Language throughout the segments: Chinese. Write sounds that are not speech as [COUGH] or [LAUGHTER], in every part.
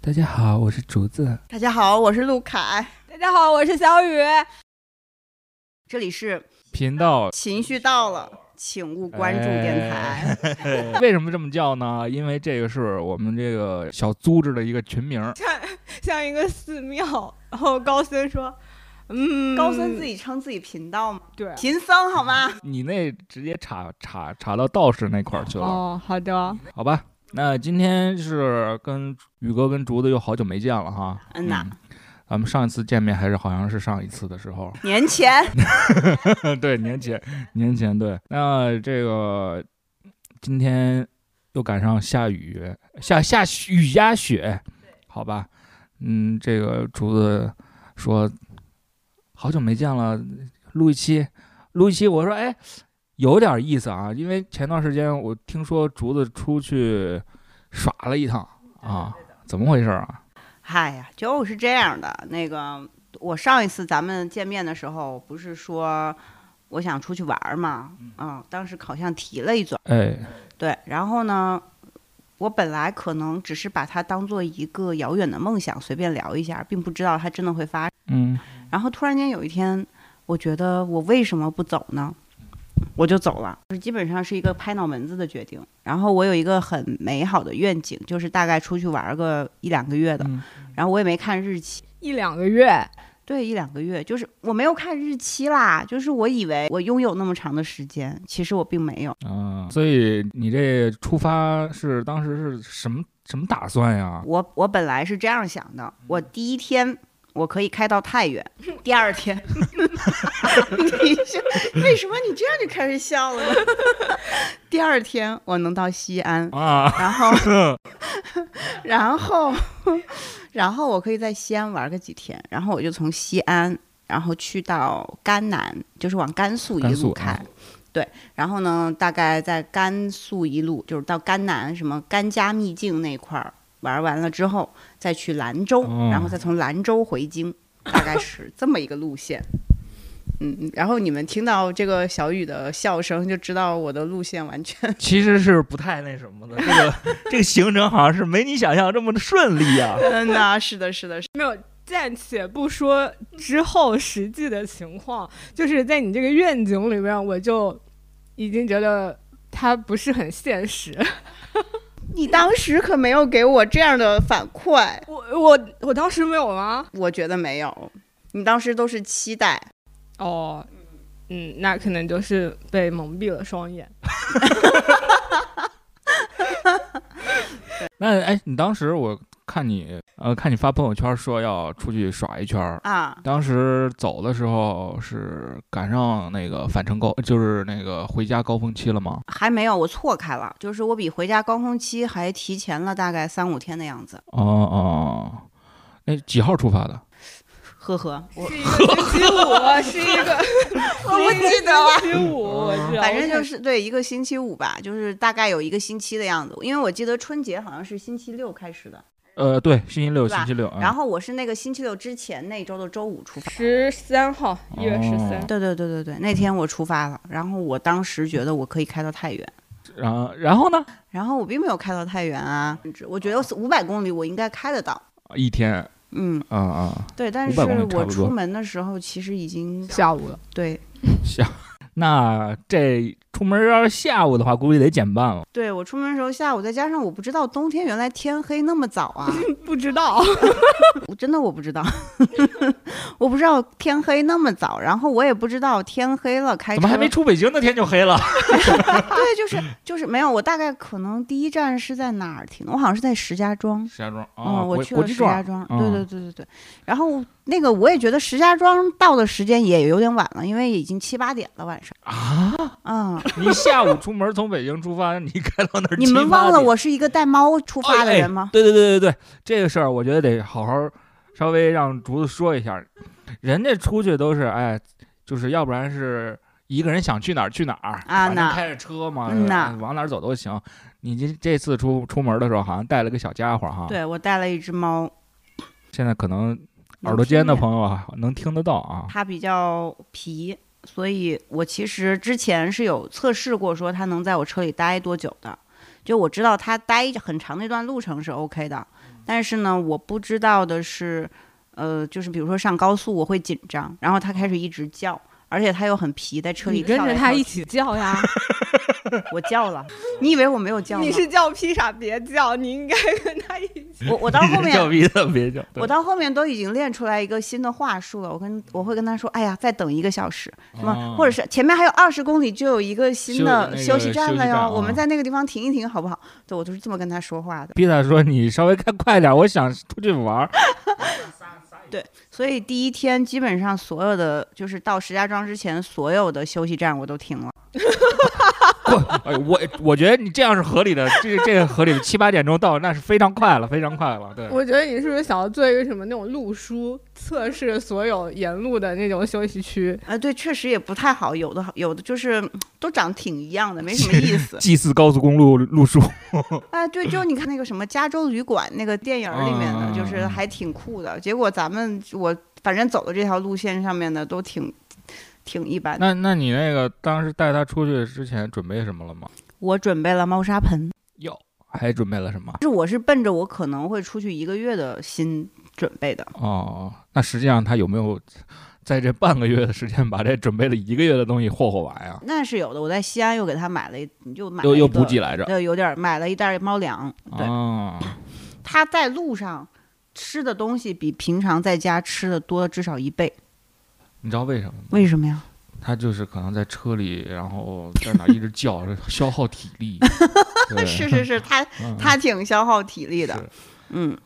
大家好，我是竹子。大家好，我是陆凯，大家好，我是小雨。这里是频道情绪到了，请勿关注电台。为什么这么叫呢？因为这个是我们这个小组织的一个群名儿。像一个寺庙， [LAUGHS] 然后高僧说：“嗯，高僧自己称自己频道嘛，对贫僧好吗？你那直接查查查到道士那块儿去了，哦，好的，好吧？那今天是跟宇哥跟竹子又好久没见了哈。嗯呐咱们上一次见面还是好像是上一次的时候，年前 [LAUGHS] 对，年前，年前对。那这个今天又赶上下雨，下下雨加雪，好吧？嗯，这个竹子说好久没见了，录一期，录一期。我说哎，有点意思啊，因为前段时间我听说竹子出去耍了一趟啊，怎么回事啊？哎呀，就是这样的。那个，我上一次咱们见面的时候，不是说我想出去玩儿嘛？嗯，当时好像提了一嘴儿，哎，对。然后呢，我本来可能只是把它当做一个遥远的梦想，随便聊一下，并不知道它真的会发生。嗯，然后突然间有一天，我觉得我为什么不走呢？我就走了，就是基本上是一个拍脑门子的决定。然后我有一个很美好的愿景，就是大概出去玩个一两个月的，嗯然后我也没看日期。一两个月，对，一两个月，就是我没有看日期啦，就是我以为我拥有那么长的时间，其实我并没有。啊，所以你这出发是当时是什么什么打算呀？我我本来是这样想的，我第一天我可以开到太原，第二天， [LAUGHS] 你是为什么你这样就开始笑了呢？ [LAUGHS] 第二天我能到西安，啊，然后， [LAUGHS] [LAUGHS] 然后， [LAUGHS] 然后我可以在西安玩个几天，然后我就从西安，然后去到甘南，就是往甘肃一甘路肃开。啊对，然后呢，大概在甘肃一路，就是到甘南什么甘家秘境那块儿玩完了之后，再去兰州，哦然后再从兰州回京，大概是这么一个路线。 [LAUGHS] 嗯，然后你们听到这个小雨的笑声，就知道我的路线完全 [LAUGHS] 其实是不太那什么的，这个这个行程好像是没你想象这么的顺利呀、嗯呐，是的，是的，是没有。暂且不说之后实际的情况，就是在你这个愿景里面，我就已经觉得它不是很现实。你当时可没有给我这样的反馈，我我我当时没有啊吗？我觉得没有，你当时都是期待。哦，嗯，那可能就是被蒙蔽了双眼。那哎，你当时我看你呃，看你发朋友圈说要出去耍一圈儿，啊，当时走的时候是赶上那个返程高，就是那个回家高峰期了吗？还没有，我错开了，就是我比回家高峰期还提前了大概三五天的样子。哦哦，那几号出发的？呵呵，我是一个星期五，是一个， [LAUGHS] 我不记得了。星期五，我知 [LAUGHS] 道，反正就是对一个星期五吧，就是大概有一个星期的样子，因为我记得春节好像是星期六开始的，呃，对，星期六，是吧星期六。嗯然后我是那个星期六之前那周的周五出发。十三号，一月十三哦。对对对对对，那天我出发了，然后我当时觉得我可以开到太原。然后然后呢？然后我并没有开到太远啊，我觉得五百公里我应该开得到。一天，嗯，啊啊。对，但500是公里差我不出多门的时候其实已经下午了，对下，那这出门要是下午的话，估计得减半了。对，我出门的时候下午，再加上我不知道冬天原来天黑那么早啊，不知道。我真的我不知道， [LAUGHS] 我不知道天黑那么早，然后我也不知道天黑了开车怎么还没出北京那天就黑了？对，就是就是没有，我大概可能第一站是在哪儿停的？我好像是在石家庄。石家庄啊，嗯，我国去国了际石家庄，嗯庄，对对对对对。然后那个我也觉得石家庄到的时间也有点晚了，因为已经七八点了晚上 [LAUGHS] [LAUGHS] 啊。嗯，你下午出门从北京出发，你开到那儿，你们忘了我是一个带猫出出发的人吗？对对对对对，这个事儿我觉得得好好稍微让竹子说一下，人家出去都是哎，就是要不然是。一个人想去哪儿去哪儿啊反那正开着车嘛，哎嗯呐往哪儿走都行。你这这次出出门的时候，好像带了个小家伙哈。，对我带了一只猫，现在可能能耳朵尖的听见朋友啊，能听得到啊。它比较皮，所以我其实之前是有测试过，说它能在我车里待多久的。就我知道它待很长那段路程是 OK 的，但是呢，我不知道的是，呃，就是比如说上高速我会紧张，然后他开始一直叫，而且他又很皮，在车里你跟跳来着他跳一去，起叫呀！ [LAUGHS] 我叫了，你以为我没有叫吗？你是叫披萨，别叫，你应该跟他一 [LAUGHS] 起。我我到后面叫逼的别叫，对我到后面都已经练出来一个新的话术了，我跟我会跟他说，哎呀，再等一个小时，什么，啊或者是前面还有二十公里就有一个新休的那个休息站休息了哟，站我们啊在那个地方停一停好不好？对我都是这么跟他说话的。逼他说你稍微开快点，我想出去玩儿。所以第一天基本上所有的就是到石家庄之前，所有的休息站我都停了。哎，我我觉得你这样是合理的，这个这个合理的，七八点钟到那是非常快了，非常快了，对。。我觉得你是不是想要做一个什么那种路书，测试所有沿路的那种休息区？呃，对，确实也不太好，有的有的就是嗯都长挺一样的，没什么意 [LAUGHS] 思祭祀高速公路路书，啊、对，就你看那个什么《加州旅馆》那个电影儿里面的，就是嗯还挺酷的。结果咱们我反正走的这条路线上面的都挺挺一般的。那那你那个当时带他出去之前准备什么了吗？我准备了猫砂盆，有，还准备了什么？就是我是奔着我可能会出去一个月的心准备的。哦，那实际上他有没有在这半个月的时间把这准备了一个月的东西霍霍完呀？那是有的，我在西安又给他买了一，你就买了又一又个补给来着？对，有点儿买了一袋猫粮。对，啊，他在路上吃的东西比平常在家吃的多至少一倍，你知道为什么吗？为什么呀？他就是可能在车里，然后在哪儿一直叫， [LAUGHS] 消耗体 [LAUGHS] 力。对是 [LAUGHS] 是是，他嗯他挺消耗体力的是，嗯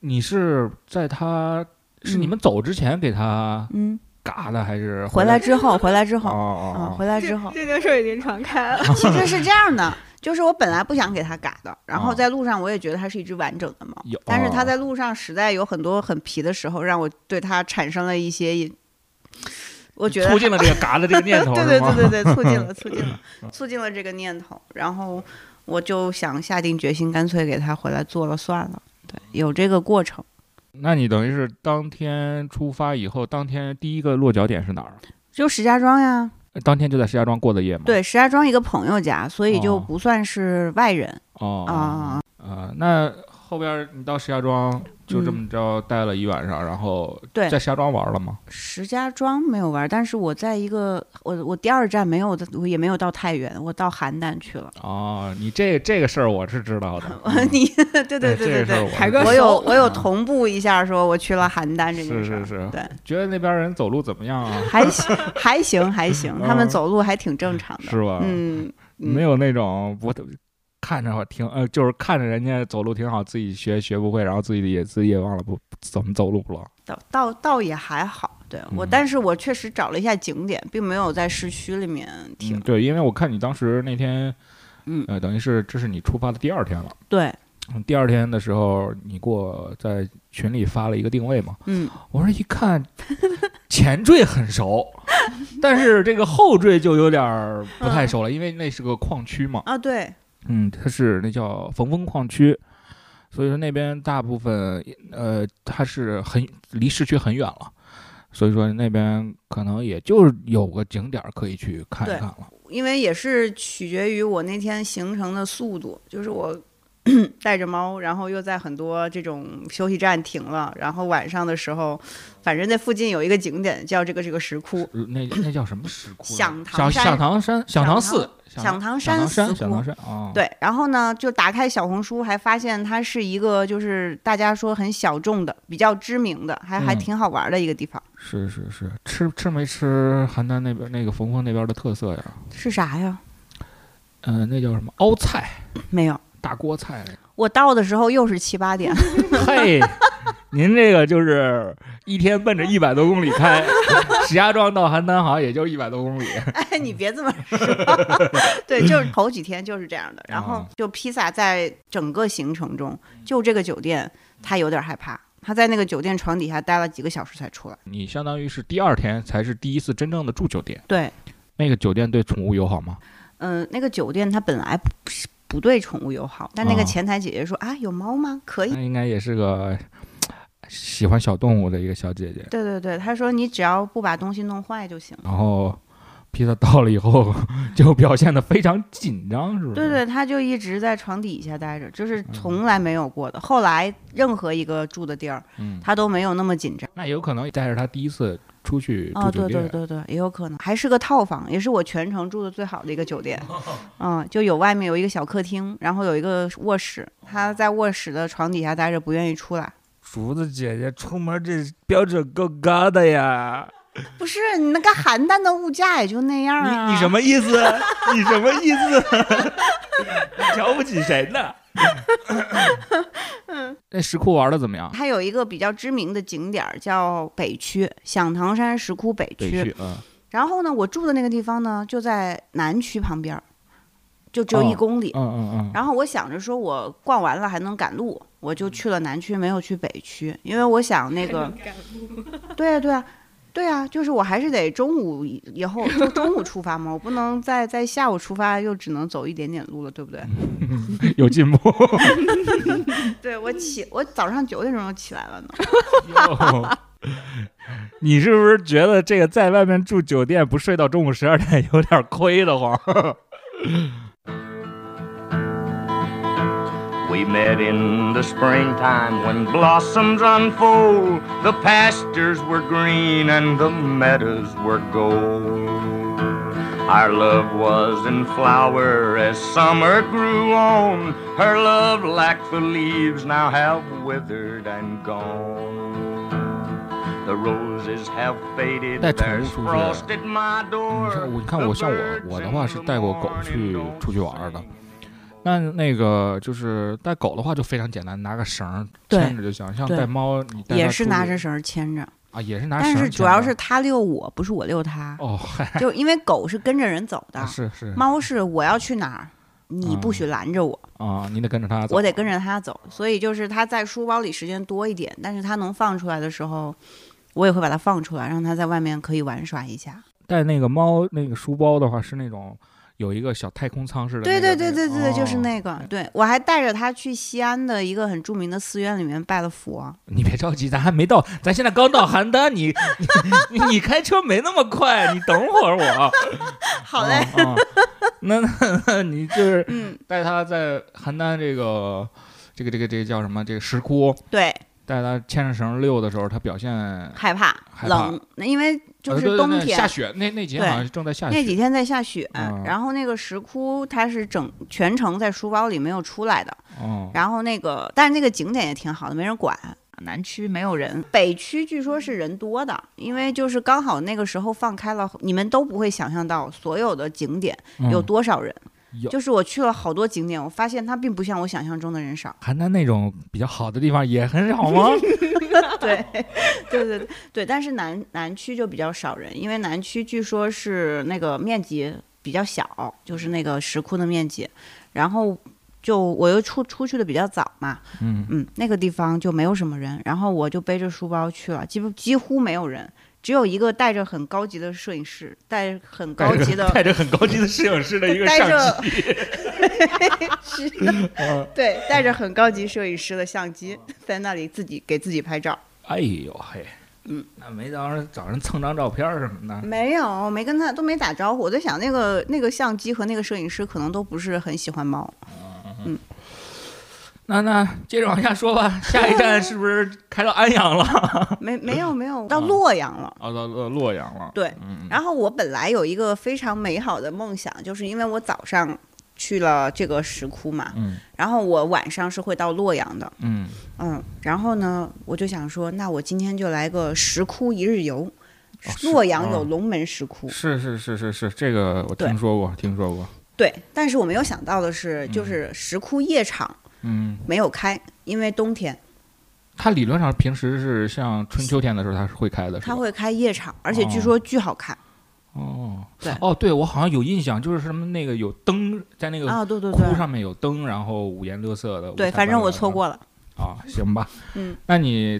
你是在他是嗯你们走之前给他嗯。嘎的，还是回来之后，回来之哦后，啊，哦哦，回来这之后，这件事儿已经传开 [LAUGHS] 了。其实是这样的，就是我本来不想给他嘎的，然后哦在路上我也觉得它是一只完整的猫，有但是它哦在路上实在有很多很皮的时候，让我对它产生了一些，我觉得促进了这个嘎的这个念头，对对是吗嗯对对对，促进 [LAUGHS] 了，促进了，促进了这个念头。然后我就想下定决心，干脆给他回来做了算了。对，有这个过程。那你等于是当天出发以后，当天第一个落脚点是哪儿？就石家庄呀，呃当天就在石家庄过的夜吗？，对，石家庄一个朋友家，所以就哦不算是外人哦啊。啊，那后边儿你到石家庄就这么着待了一晚上，然后对在石家庄玩了吗？石家庄没有玩，但是我在一个我我第二站没有的，我也没有到太原，我到邯郸去了。。哦，你这这个事儿我是知道的 [LAUGHS] 你对哦哎这对对个对事儿对，我凯是哥 [LAUGHS] 我知道有我有嗯同步一下，说我去了邯郸这件是事儿。是是，对，觉得那边人走路怎么样啊？还行 [LAUGHS] 还行还行，他们嗯走路还挺正常的。是吧？，啊嗯，没有那种不看着挺呃，就是看着人家走路挺好，自己学学不会，然后自己也自己也忘了不怎么走路了。倒倒倒也还好。对我，嗯但是我确实找了一下景点，并没有在市区里面停。嗯，对，因为我看你当时那天，嗯呃，等于是这是你出发的第二天了。对，嗯第二天的时候，你给我在群里发了一个定位嘛，嗯，我说一 [LAUGHS] 看前缀很熟，但是这个后缀就有点儿不嗯太熟了，因为那是个矿区嘛，啊，对，嗯，它是那叫冯峰矿区，所以说那边大部分呃，它是很离市区很远了，所以说那边可能也就是有个景点儿可以去看一对看了。因为也是取决于我那天行程的速度，就是我 [CLEARS THROAT] 带着猫，然后又在很多这种休息站停了，然后晚上的时候，反正那附近有一个景点叫这个这个石窟，呃那那叫什么石窟来着？响堂小山响堂山、响堂寺、响响堂山堂石山、窟。响堂山啊。，对，然后呢，就打开小红书，还发现它是一个就是大家说很小众的、比较知名的，还还嗯挺好玩的一个地方。是是是，吃吃没吃邯郸那边那个冯峰那边的特色呀？是啥呀？嗯、那叫什么凹菜、没有，大锅菜那个。我到的时候又是七八点，嘿，您这个就是一天奔着一百多公里 [LAUGHS] 开，石家庄到邯郸好像也就一百多公里。哎，你别这么说， [LAUGHS] 对，就是头几天就是这样的。然后啊就披萨在整个行程中，就这个酒店，他有点害怕，他在那个酒店床底下待了几个小时才出来。 [LAUGHS] 你相当于是第二天才是第一次真正的住酒店。对，那个酒店对宠物友好吗？嗯、那个酒店它本来不是不对宠物友好，但那个啊前台姐姐说啊，有猫吗？可以那。应该也是个喜欢小动物的一个小姐姐。对对对，她说你只要不把东西弄坏就行。然后披萨到了以后， [LAUGHS] 就表现得非常紧张，是不是？对对，他就一直在床底下待着，就是从来没有过的。后来任何一个住的地儿，嗯，他都没有那么紧张。那有可能带着他第一次出去啊、住对酒店，对对对，也有可能，还是个套房，也是我全程住的最好的一个酒店。 [LAUGHS] 嗯，就有外面有一个小客厅，然后有一个卧室，他在卧室的床底下待着，不愿意出来。竹子姐姐出门这标准够高的呀！不是你那个邯郸的物价也就那样啊。你你什？么意思？你什么意思？你瞧不起谁呢？那石窟玩的怎么样？它有一个比较知名的景点儿叫北区，响堂山石窟北北区。区，嗯，然后呢，我住的那个地方呢，就在南区旁边儿，就只有一哦公里。嗯嗯嗯，然后我想着说，我逛完了还能赶路，我就去了南区，没有去北区，因为我想那个，对啊对啊，对啊，就是我还是得中午以以后就中午出发嘛，我不能再在下午出发，又只能走一点点路了，对不对？嗯有进步。对我起，我早上九点钟就起来了呢。哟你是不是觉得这个在外面住酒店不睡到中午十二点有点亏得慌？ [LAUGHS] We met in the springtime when blossoms unfold. The pastures were green and the meadows were gold. Our love was in flower as summer grew on. Her love, like the leaves, now have withered and gone. The roses have faded. 带宠物 There's 出去 frost at my 你 door. 看我，你看我像 The 我， birds 我的 in 话是 the 带过狗去 morning 出去玩的 don't。那那个就是带狗的话就非常简单，拿个绳儿对牵着就行。像对带猫，你带它也是出去拿着绳儿牵着，啊，也是拿绳儿但牵着。是主要是他遛我，不是我遛他，哦，啊嗨，就因为狗是跟着人走的，是是啊猫是我要去哪儿，你不许拦着我，啊，你得跟着它嗯走。我得跟着它走。所以就是它在书包里时间多一点，但是它能放出来的时候，我也会把它放出来，让它在外面可以玩耍一下。带那个猫那个书包的话是那种有一个小太空舱似的那对个。对对对对，哦就是。那个。对我还带着它去西安的一个很著名的寺院里面拜了佛。你别着急，咱还没到，咱现在刚到邯郸，你 [LAUGHS] 你你开车没那么快，你等会儿我。啊好嘞， [LAUGHS] 啊，那 [LAUGHS] 那那你就是嗯，带他在邯郸这个这个这个这个叫什么？这个石窟，对，带他牵着绳溜的时候，他表现害怕害怕冷，那因为就呃对是对冬对天下雪，那那几天对好像是正在下雪。那几天在下雪，嗯然后那个石窟它是整全程在书包里没有出来的，哦，然后那个但是那个景点也挺好的，没人管。南区没有人，北区据说是人多的，因为就是刚好那个时候放开了，你们都不会想象到所有的景点嗯有多少人。有就是我去了好多景点，我发现它并不像我想象中的人少。邯郸那种比较好的地方也很少 [LAUGHS] 吗？对，对对对对，但是南南区就比较少人，因为南区据说是那个面积比较小，就是那个石窟的面积，然后就我又出出去的比较早嘛，嗯，嗯，那个地方就没有什么人，然后我就背着书包去了，几乎几乎没有人。只有一个带着很高级的摄影师，带着很高级的 [LAUGHS] 带着很高级的摄影师的一个带相机，着， [LAUGHS] 是的，对，带着很高级摄影师的相机，在那里自己给自己拍照。哎呦嘿，嗯，那啊没到时候找人蹭张照片什么的。没有，没跟他都没打招呼。我在想，那个那个相机和那个摄影师可能都不是很喜欢 [LAUGHS] 猫。那那接着往下说吧，下一站是不是开到安阳了？没没有没有，嗯到洛阳了。 [LAUGHS] 啊，到洛洛阳了。对，嗯，然后我本来有一个非常美好的梦想，就是因为我早上去了这个石窟嘛，嗯然后我晚上是会到洛阳的，嗯嗯，然后呢，我就想说，那我今天就来个石窟一日游。是洛阳啊有龙门石窟，是是是是是，这个我听对说过，听说过。对，但是我没有想到的是，就是石窟夜场嗯，没有开，因为冬天。它理论上平时是像春秋天的时候，它是会开的，是吧他会开夜场，而且哦据说巨好看哦，对哦，对我好像有印象，就是什么那个有灯在那个啊！对对窟对，上面有灯，然后五颜六色的。对，五彩反正斑斓我的错过了。啊，行吧。嗯，那你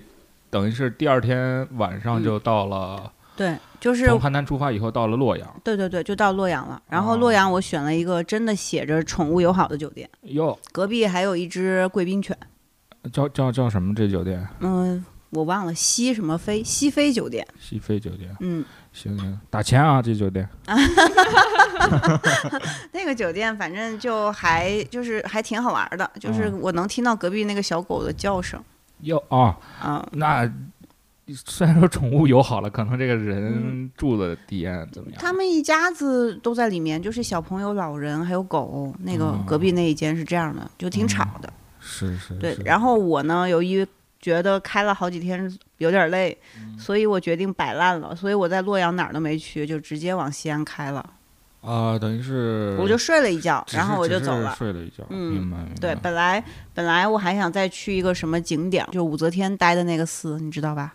等于是第二天晚上就到了，对，嗯就是从邯郸出发以后到了洛阳。对对对，就到洛阳了。然哦后洛阳我选了一个真的写着“宠物友好”的酒店，哟，隔壁还有一只贵宾犬，叫叫叫什么？这酒店嗯，我忘了西什么飞西飞酒店，西飞酒店。嗯，行行，打钱啊，这酒店。那个酒店反正就还就是还挺好玩儿的，就是嗯我能听到隔壁那个小狗的叫声要啊，啊。那虽然说宠物友好了，可能这个人住的体验怎么样？嗯他们一家子都在里面，就是小朋友、老人还有狗。那个嗯隔壁那一间是这样的，就挺吵的。是是对，然后我呢，由于觉得开了好几天有点累，嗯所以我决定摆烂了。所以我在洛阳哪儿都没去，就直接往西安开了。啊，等于是我就睡了一觉，只是然后我就走只是了。睡了一觉。嗯明白明白。对，本来本来我还想再去一个什么景点儿，就武则天待的那个寺，你知道吧？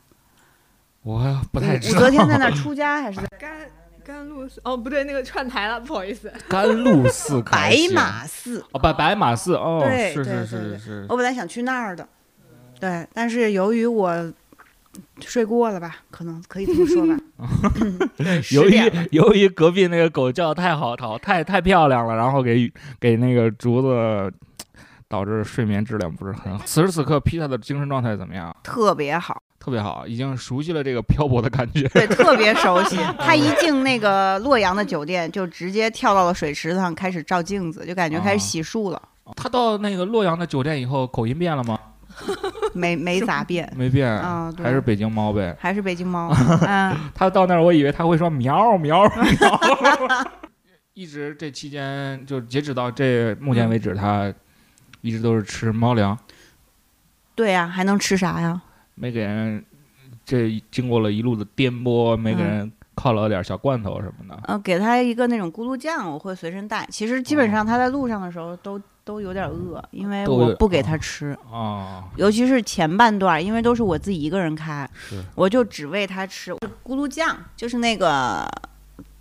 我不武太武知道则天在那儿出家还是在甘甘露寺哦，不对，那个串台了，不好意思。 [LAUGHS] 甘露寺可还白行、马寺？哦，白白马寺哦，对是对是对对是是，我本来想去那儿的，对，但是由于我睡过了吧，可能可以这么 [LAUGHS] 说吧。对，十由于点了由于隔壁那个狗叫得太好讨太太漂亮了，然后给给那个竹子导致睡眠质量不是很好。此时此刻，皮特的精神状态怎么样？特别好，特别好，已经熟悉了这个漂泊的感觉。对，特别熟悉。他一进那个洛阳的酒店，就直接跳到了水池子上，开始照镜子，就感觉开哦始洗漱了， [LAUGHS] 他到那个洛阳的酒店以后，口音变了吗？没没 [LAUGHS] 咋变，没变，啊对嗯还是北京猫呗。还是北京 [LAUGHS] 猫。嗯，他到那儿，我以为他会说喵 [LAUGHS] 喵喵。一直这期间，就截止到这目前为止，他一直都是吃猫粮，对呀、还能吃啥呀？没给人。这经过了一路的颠簸，没给嗯人犒劳点小罐头什么的。呃，给他一个那种咕噜酱，我会随身带。其实基本上他在路上的时候都都有点饿，因为哦都有我点不给他吃。哦，尤其是前半段，因为都是我自己一个人开，是我就只喂它吃咕噜酱，就是那个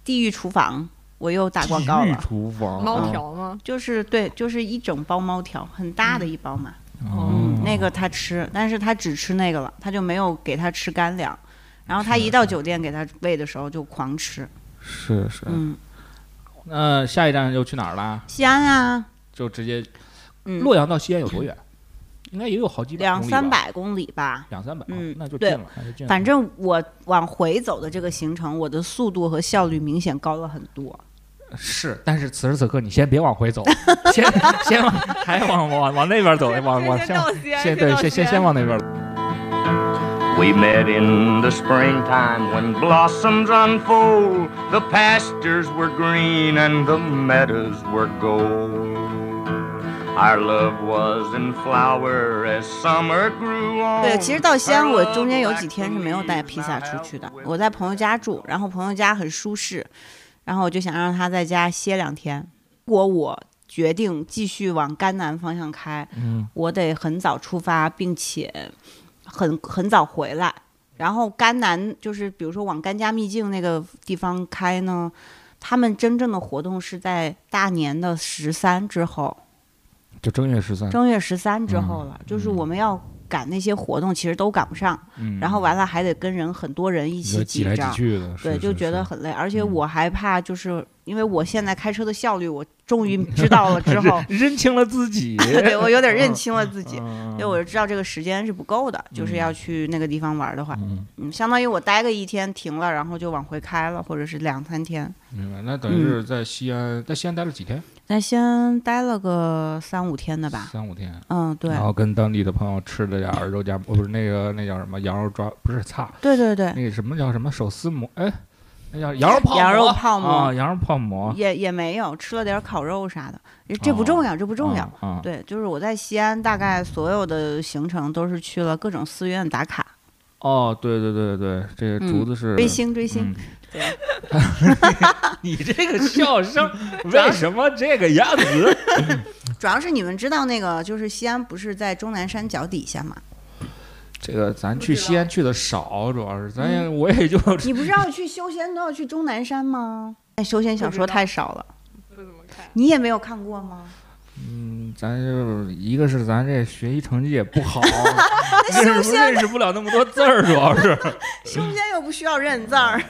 地狱厨房，我又打广告地狱了，嗯厨房猫条吗？就是对，就是一整包猫条，很大的一包嘛，哦嗯，那个它吃，但是它只吃那个了，它就没有给它吃干粮。然后它是一到酒店给它喂的时候就狂吃，是 [LAUGHS] 是。嗯，那下一站又去哪儿啦？西安啊，就直接嗯，洛阳到西安有多远？应该也有好几百两公里三吧，百公里吧，两三百，嗯哦那就近对了，那就近了。反正我往回走的这个行程，我的速度和效率明显高了很多。是，但是此时此刻你先别往回走， [LAUGHS] 先先往还往往往那边走，哎往往先先到西安，先对到先西先安先往那边。 We met in the springtime when blossoms unfold. The pastures were green and the meadows were gold. Our love was in flower as summer grew on. 对，其实到西安，我中间有几天是没有带披萨出去的，我在朋友家住，然后朋友家很舒适，然后我就想让他在家歇两天。如果我决定继续往甘南方向开，嗯，我得很早出发，并且很很早回来。然后甘南就是，比如说往甘家秘境那个地方开呢，他们真正的活动是在大年的十三之后，就正月十三，正月十三之后了，就是我们要赶那些活动，其实都赶不上。嗯然后完了还得跟人很多人一你就起挤挤来挤着，去的，对，是就是觉得是很累。而且嗯，我还怕，就是因为我现在开车的效率，我终于知道了之后 [LAUGHS] 认清了自己，对我有点认清了自己，嗯因为我就知道这个时间是不够的，就是要去那个地方玩的话，嗯，嗯，相当于我待个一天停了，然后就往回开了，或者是两三天。明白。那等于嗯是在西安，在西安待了几天？那先待了个三五天的吧，三五天。嗯，对然，后跟当地的朋友吃了点儿肉夹，哦不是那个那叫什么羊肉抓，不是擦，对对对，那个什么叫什么手撕馍？哎，那叫羊肉泡馍，羊肉泡馍啊，羊肉泡馍。也也没有吃了点烤肉啥的，哦这不重要，这不重要。啊啊，对，就是我在西安，大概所有的行程都是去了各种寺院打卡，哦，对对对对，这个竹嗯子是追星追星。嗯对， [LAUGHS] 你这个笑声为什么这个样 [LAUGHS] 子？主要是你们知道那个，就是西安不是在终南山脚底下嘛？ [LAUGHS] 这个咱去西安去的少，主要是咱嗯也我也就你不是要去修仙都要去终南山吗？那哎修仙小说太少了，不怎么看。你也没有看过 [LAUGHS] 吗？嗯，咱就是一个是咱这学习成绩也不 [LAUGHS] 好，哎 [LAUGHS] 认识不认识不了那么多字儿，主要是修仙又不需要认字儿，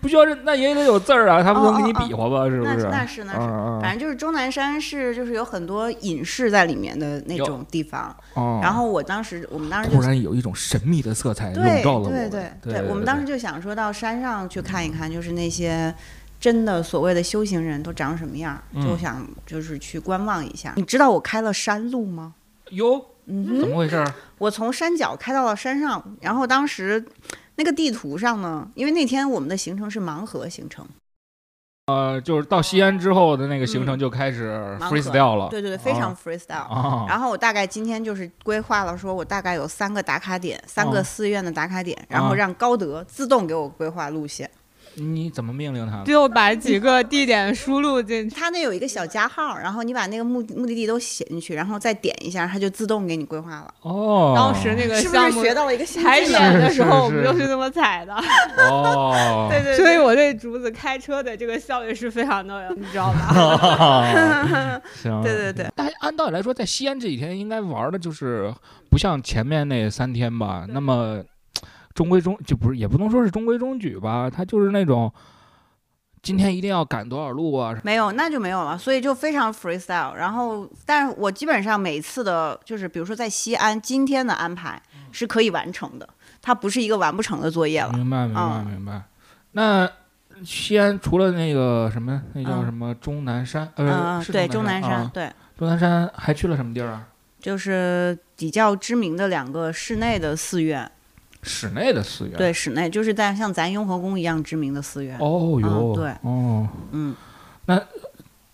不需要认，那也得有字儿啊，他不能哦给你哦哦比划吧？是不那是？那是那是啊反正就是终南山是就是有很多隐士在里面的那有种地方。啊！然后我当时我们当时就突然有一种神秘的色彩对笼罩了我对们。对对嗯我们当时就想说到山上去看一看，就是那些真的所谓的修行人都长什么样儿，就嗯想就是去观望一下。你知道我开了山路吗？哟，嗯怎哼，么回事儿？我从山脚开到了山上，然后当时那个地图上呢，因为那天我们的行程是盲盒行程，呃，就是到西安之后的那个行程就开始盲盒 freestyle 了。嗯对对对，非常 freestyle。啊，然后我大概今天就是规划了，说我大概有三个打卡点，三哦个寺院的打卡点，然后啊让高德自动给我规划路线。你怎么命令他的？就把几个地点输入进去。它那有一个小加号，然后你把那个目目的地都写进去，然后再点一下，它就自动给你规划了。哦，当时那个是不项是目学到了一个新海技能？选的时候，我是们是就是这么踩的，哦， [LAUGHS] 对对所以对。嗯我对竹子开车的这个效率是非常的，你知道吧？ [LAUGHS] 行，对 [LAUGHS] 对对，但按道理来说，在西安这几天应该玩的就是不像前面那三天吧，那么中规中就不是，也不能说是中规中矩吧，它就是那种今天一定要赶多少路啊，没有，那就没有了，所以就非常 freestyle。然后，但是我基本上每次的，就是比如说在西安今天的安排是可以完成的，它不是一个完不成的作业了。明白明白嗯明白。那西安除了那个什么，那叫嗯什么终南山，嗯，呃，嗯是对，终南山，啊对，终南山还去了什么地儿啊？就是比较知名的两个室内的寺院，室内的寺院。对，室内就是在像咱雍和宫一样知名的寺院，哦哟，嗯对哦，嗯，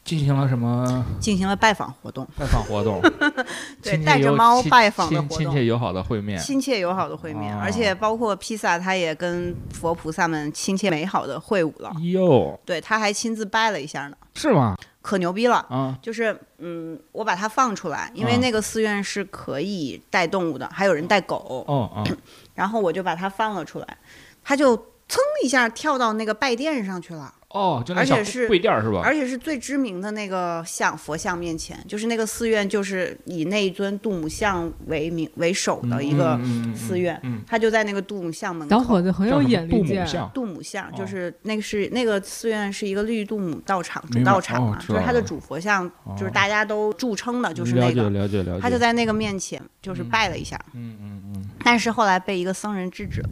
进行了什么进行了拜访活动，拜访活动？ [LAUGHS] 对亲切带着友猫亲拜访的亲活亲动切友好的会面。亲切友好的会面，哦而且包括披萨，他也跟佛菩萨们亲切美好的会晤了，哟，对，他还亲自拜了一下呢，是吗？可牛逼了。啊，就是，嗯，我把它放出来，因为嗯那个寺院是可以带动物的，还有人带狗，哦啊，然后我就把它放了出来，它就噌一下跳到那个拜殿上去了。哦，就那而且小是贵店儿是吧？而且是最知名的那个像佛像面前，就是那个寺院，就是以那一尊杜母像为名为首的一个嗯寺院，嗯，它就在那个杜母像门小口伙。子很很有眼力母见，啊像杜母像哦就是那个是那个寺院是一个绿杜母道场主明白道场哦嘛，知就是它的道了主佛像，就是哦大家都著称的，就是了那解个，了解了解，他就在那个面前就是嗯拜了一下，嗯嗯嗯但是后来被一个僧人制止了。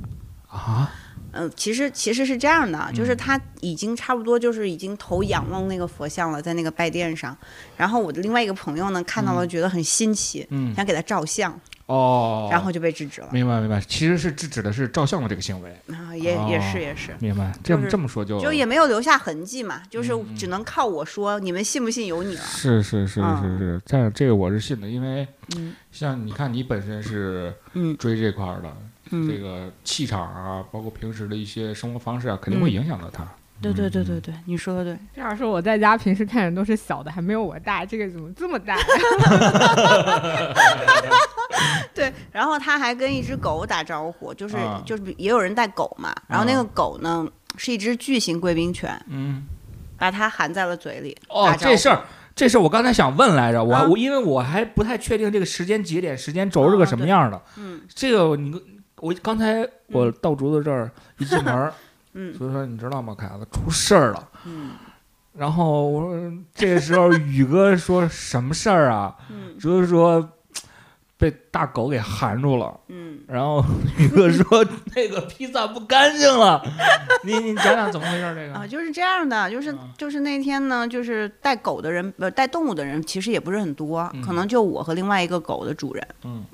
啊，嗯，其实其实是这样的，就是嗯他已经差不多就是已经头仰望那个佛像了，在那个拜殿上。然后我的另外一个朋友呢，看到了觉得很新奇，嗯想给他照相，哦，然后就被制止了。明白明白，其实是制止的是照相的这个行为，啊，也哦也是也是，明白？这就么是这么说就就也没有留下痕迹嘛，就是嗯嗯只能靠我说，你们信不信由你了。是是是是嗯是，但是这个我是信的，因为嗯像你看你本身是嗯追这块儿的，这嗯，个气场啊，包括平时的一些生活方式啊，肯定会嗯影响到他。对对对嗯对对，你说的对。这样说，我在家平时看人都是小的，还没有我大，这个怎么这么大？ [LAUGHS] 对，然后他还跟一只狗打招呼，就是、啊就是也有人带狗嘛，然后那个狗呢、是一只巨型贵宾犬，嗯。把它含在了嘴里。哦打，招这呼事儿，这事儿我刚才想问来着，我、啊我因为我还不太确定这个时间节点、时间轴是个啊什么对样的。嗯这个你我刚才我到竹子这儿一进门儿，嗯所以说你知道吗，凯子出事儿了。嗯然后我说这个时候宇哥说什么事儿啊？ [LAUGHS] 嗯竹子说被大狗给含住了。嗯，然后 [LAUGHS] 宇哥说那个披萨不干净了。你你讲讲怎么回事儿？这个啊，就是这样的，就是啊就是那天呢，就是带狗的人，呃，带动物的人其实也不是很多，可嗯能就我和另外一个狗的主人，嗯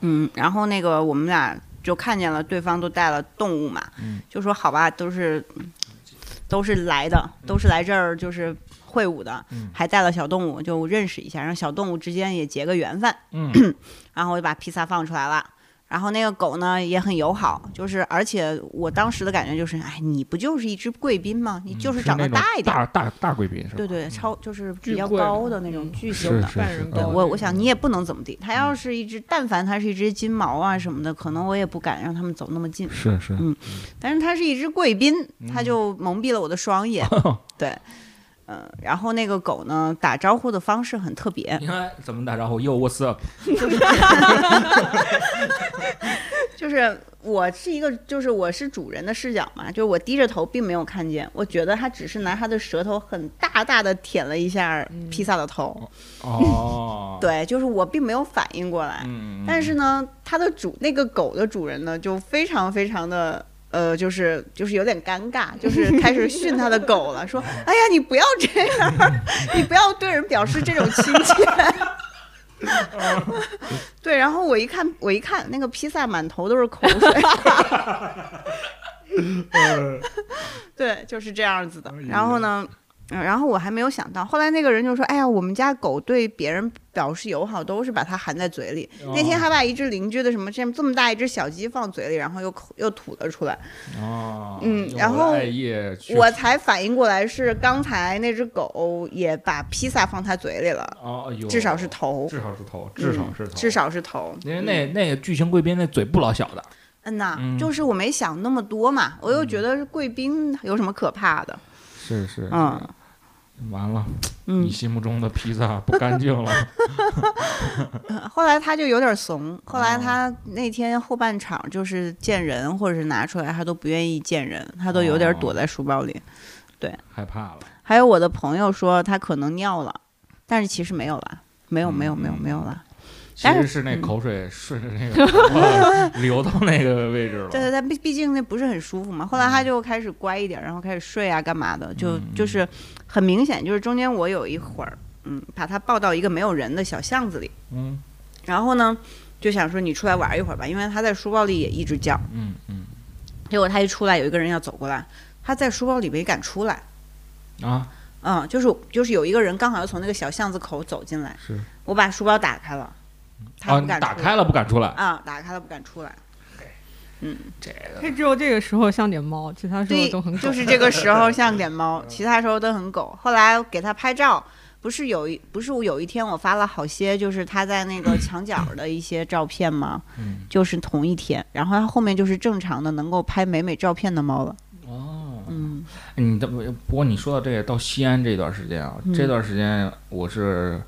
嗯，然后那个我们俩就看见了对方都带了动物嘛，嗯就说好吧，都是都是来的，都是来这儿就是会晤的，嗯还带了小动物，就认识一下，让小动物之间也结个缘分。嗯然后我就把披萨放出来了。然后那个狗呢也很友好，就是而且我当时的感觉就是，哎，你不就是一只贵宾吗？你就是长得嗯那种大一点，大大大贵宾是吧？对对，超就是比巨较贵的高的那种嗯巨型是的是。半是人，嗯对高我，我想你也不能怎么地。它要是一只，但凡它是一只金毛啊什么的，可能我也不敢让它们走那么近。是是但是它是一只贵宾，它嗯就蒙蔽了我的 [LAUGHS] 双眼。对，嗯、然后那个狗呢，打招呼的方式很特别，你看怎么打招呼？Yo，what's up？就是我是一个，就是我是主人的视角嘛，就是我低着头并没有看见，我觉得他只是拿他的舌头很大大的舔了一下嗯披萨的头， [LAUGHS] 哦，对，就是我并没有反应过来。嗯，嗯，但是呢，它的主那个狗的主人呢，就非常非常的。呃，就是就是有点尴 [LAUGHS] 尬，就是开始训他的狗了，说：“哎呀，你不要这样儿， [LAUGHS] 你不要对人表示这种亲切。”哦 [LAUGHS] 对，然后我一看，我一看那个披萨满头都是口水，嗯 [LAUGHS] 对，就是这样子的。哎然后呢，嗯然后我还没有想到，后来那个人就说：“哎呀，我们家狗对别人表示友好都是把它含在嘴里。哦那天还把一只邻居的什么这么这么大一只小鸡放嘴里，然后又口又吐了出来。哦，嗯用然我的后爱叶去我才反应过来是刚才那只狗也把披萨放它嘴里了，哦，哎呦至少是头，嗯至少是头，至少是头，至少是头。因为那那个巨型贵宾那嘴不老小的，嗯呐，嗯就是我没想那么多嘛，我又觉得是贵宾有什么可怕的？是是，嗯完了，嗯你，心目中的披萨不干净了，后来他就有点怂，后哦来他那天后半场就是见人或者是拿出来，他都不愿意见人，他都有点哦躲在书包里。害怕了，还有我的朋友说他可能尿了，但是其实没有啦，没有没有嗯没有没有啦。其但实是是那嗯口水顺着那 [LAUGHS] 个头发流到那个位置了，对对，但毕毕竟那不是很舒服嘛。后来嗯他就开始乖一点，然后开始睡啊，干嘛的，就就是很明显，就是中间我有一会儿，嗯，把他抱到一个没有人的小巷子里，嗯然后呢，就想说你出来玩一会儿吧，因为他在书包里也一直叫。嗯嗯结果他一出来，有一个人要走过来，他在书包里没敢出来。啊，嗯，就是就是有一个人刚好要从那个小巷子口走进来，是我把书包打开了，啊，他不你敢出来、打开了不敢出来，啊，打开了不敢出来。它只有这个时候像点猫，其他时候对都很， [LAUGHS] 狗就是这个时候像点猫，其他时候都很狗。后来给他拍照，不是有一不是有一天我发了好些，就是他在那个墙角的一些照片吗？嗯就是同一天，然后他后面就是正常的能够拍美美照片的猫了。哦，嗯你这不不过你说到这个到西安这段时间啊，嗯这段时间我是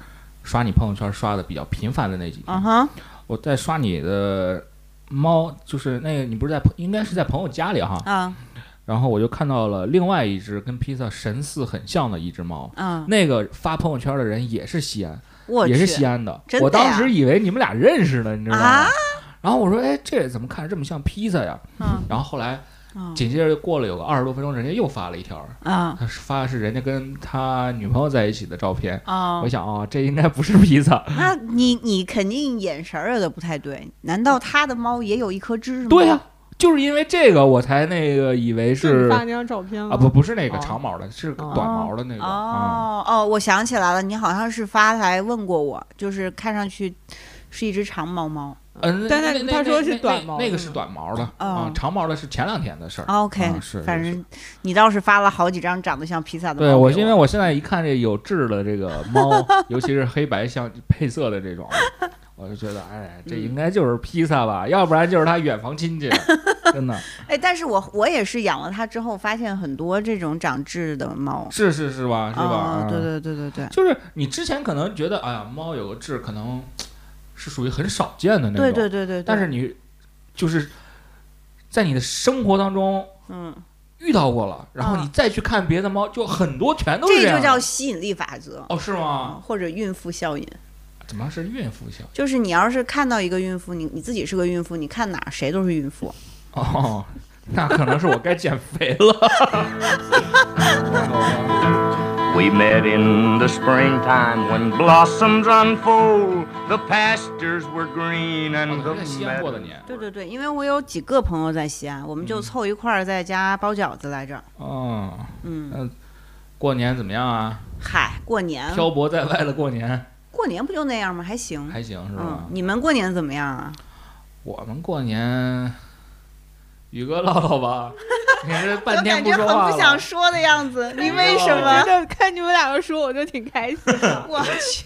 刷你朋友圈刷的比较频繁的那几嗯天，哼，我在刷你的猫，就是那个你不是在朋应该是在朋友家里哈，啊然后我就看到了另外一只跟披萨神似很像的一只猫，啊，那个发朋友圈的人也是西安，我也是去西安的，真的呀我当时以为你们俩认识呢，你知道吗？啊然后我说，哎，这怎么看着这么像披萨呀？嗯然后后来嗯紧接着过了有个二十多分钟，人家又发了一条，啊他是发的是人家跟他女朋友在一起的照片。啊我！想啊、这应该不是披萨，那你你肯定眼神儿有啊的不太对，难道他的猫也有一颗痣吗？对呀、就是因为这个我才那个以为就是你发那张照片吗啊不不是那个哦长毛的，是个哦短毛的那个啊。哦哦，我想起来了，你好像是发来问过我，就是看上去是一只长毛猫。嗯，但那是那他那说那是那短毛那个的是嘛短毛的啊哦，长毛的是前两天的事儿。啊 OK，、啊是反是正你倒是发了好几张长得像披萨的猫对给我。我，因为我现在一看这有痣的这个猫， [LAUGHS] 尤其是黑白相配色的这 [LAUGHS] 种，我就觉得，哎，这应该就是披萨吧，要不然就是他远房亲戚，真的哎，但是我我也是养了它之后，发现很多这种长痣的猫，是是是吧？是吧？啊啊对对对对对。就是你之前可能觉得，哎呀，猫有个痣可能是属于很少见的那种，对对对对，对但是你就是在你的生活当中嗯，遇到过了，然后啊你再去看别的猫，就很多全都是这样的就叫吸引力法则，嗯哦，是吗？或者孕妇效应。怎么是孕妇效应？就是你要是看到一个孕妇，你你自己是个孕妇，你看哪儿谁都是孕妇。哦，那可能是我该减肥 [LAUGHS] 了。 We met in the springtime when blossoms unfold. The pastures were green 我 and 都 the 在西安过的 meadows. 年。对对对，因为我有几个朋友在西安，我们就凑一块儿在家包饺子来着。哦，嗯，过年怎么样啊？嗨，过年漂泊在外的过年过年不就那样吗？还行。还行是吧嗯，？你们过年怎么样啊？我们过年，宇哥唠唠 [LAUGHS] 吧。你这半天我说感觉话很不想了，说的样子， [LAUGHS] 你为什我觉么？得看你们两个说，我就挺开心的。我 [LAUGHS] 去，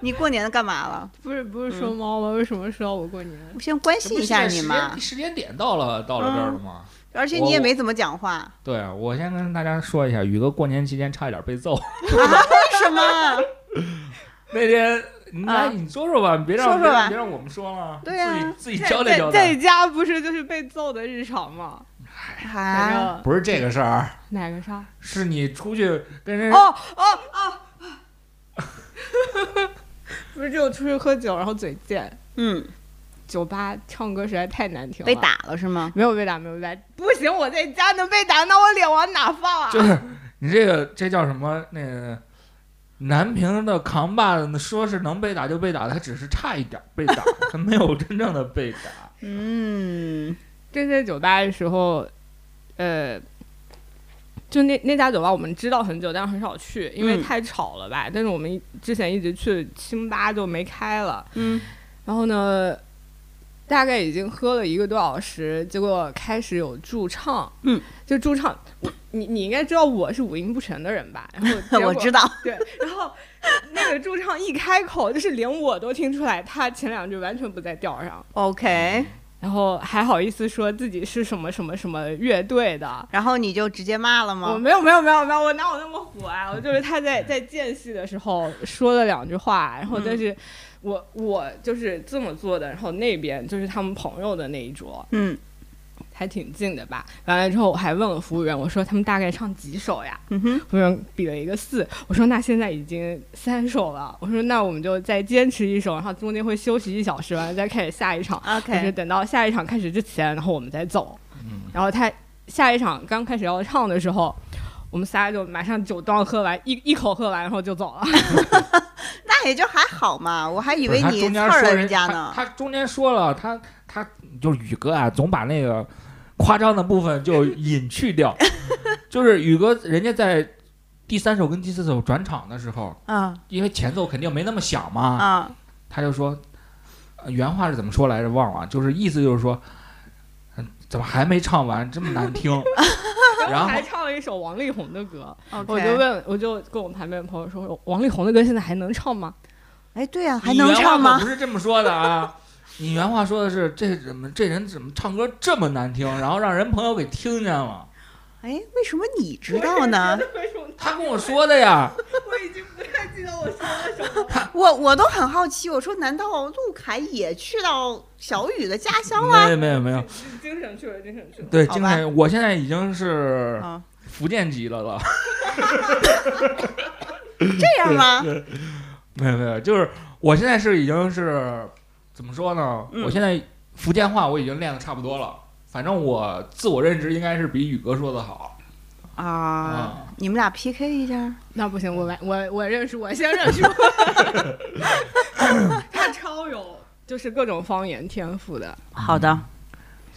你过年干嘛了？不是不是嗯说猫吗？为什么说到我过年？我先关这心不一是下现在你时嘛间。时间点到了，到了这儿了吗？而且我你也没怎么讲话，对啊，我先跟大家说一下，宇哥过年期间差一点被揍。为什么？ [LAUGHS] 那天那你说说吧，别让啊说说吧别让我们说了，对啊呀自己自己 [LAUGHS] 交代在交在代。家不是就是被揍的日常吗？反啊，正不是这个事儿，哪个啥？是你出去跟人哦哦哦！不是，就出去喝酒，然后嘴贱，嗯，酒吧唱歌实在太难听了。被？打了是吗？没有被打，没有被打。不行，我在家能被打，那我脸往哪放啊？就是你这个这叫什么？那个南平的扛把子，说是能被打就被打，他只是差一点儿被打，他没有真正的被打。嗯，这在酒吧的时候，呃，就那那家酒吧我们知道很久，但是很少去，因为嗯太吵了吧。但是我们之前一直去清吧就没开了。嗯，然后呢，大概已经喝了一个多小时，结果开始有驻唱，嗯，就驻唱，你你应该知道我是五音不全的人吧？然后结果嗯 [LAUGHS] 我知道，对，然后那个驻唱一开口，就是连我都听出来，他前两句完全不在调上。 OK，然后还好意思说自己是什么什么什么乐队的。然后你就直接骂了我吗？没有没有没有没有，我哪有那么火啊！我就是他在在间隙的时候说了两句话，然后但是我我就是这么做的，然后那边就是他们朋友的那一桌，嗯还挺近的吧。完了之后我还问了服务员，我说他们大概唱几首呀？嗯哼，服务员比了一个四，我说那现在已经三首了，我说那我们就再坚持一首，然后中间会休息一小时，完了再开始下一场。就是 OK，等到下一场开始之前，然后我们再走。嗯然后他下一场刚开始要唱的时候，我们仨就马上酒装喝完，一一口喝完，然后就走了。那也就还好嘛，我还以不是为他你中刺间说儿人人家他呢。他中间说了，他他就是宇哥啊，总把那个夸张的部分就隐去 [LAUGHS] 掉。就是宇哥，人家在第三首跟第四首转场的时候，嗯因为前奏肯定没那么响嘛，啊，他就说、呃原话是怎么说来着？忘了，啊就是意思就是说，嗯，怎么还没唱完，这么难听？然后还唱了一首王力宏的歌 OK 我就问，我就跟我旁边的朋友说，王力宏的歌现在还能唱吗？哎，对呀、还你能原话唱吗可？不是这么说的啊，你原话说的是这怎么这人怎么唱歌这么难听，然后让人朋友给听见了。哎，为什么你知道呢？ [LAUGHS] 为什么他跟我说的呀，我已经不太记得我说了什么？我我都很好奇，我说难道陆凯也去到小雨的家乡了？没有没有没有，精神去了，精神去了。对，好今吧天我现在已经是啊，福建籍了了，这样吗？没有没有，就是我现在是已经是怎么说呢？嗯我现在福建话我已经练的差不多了，反正我自我认知应该是比宇哥说的好啊，啊。你们俩 PK 一下，那不行，我来，我我认输，我先认输。他超有 [LAUGHS] 就是各种方言天赋的，好的，嗯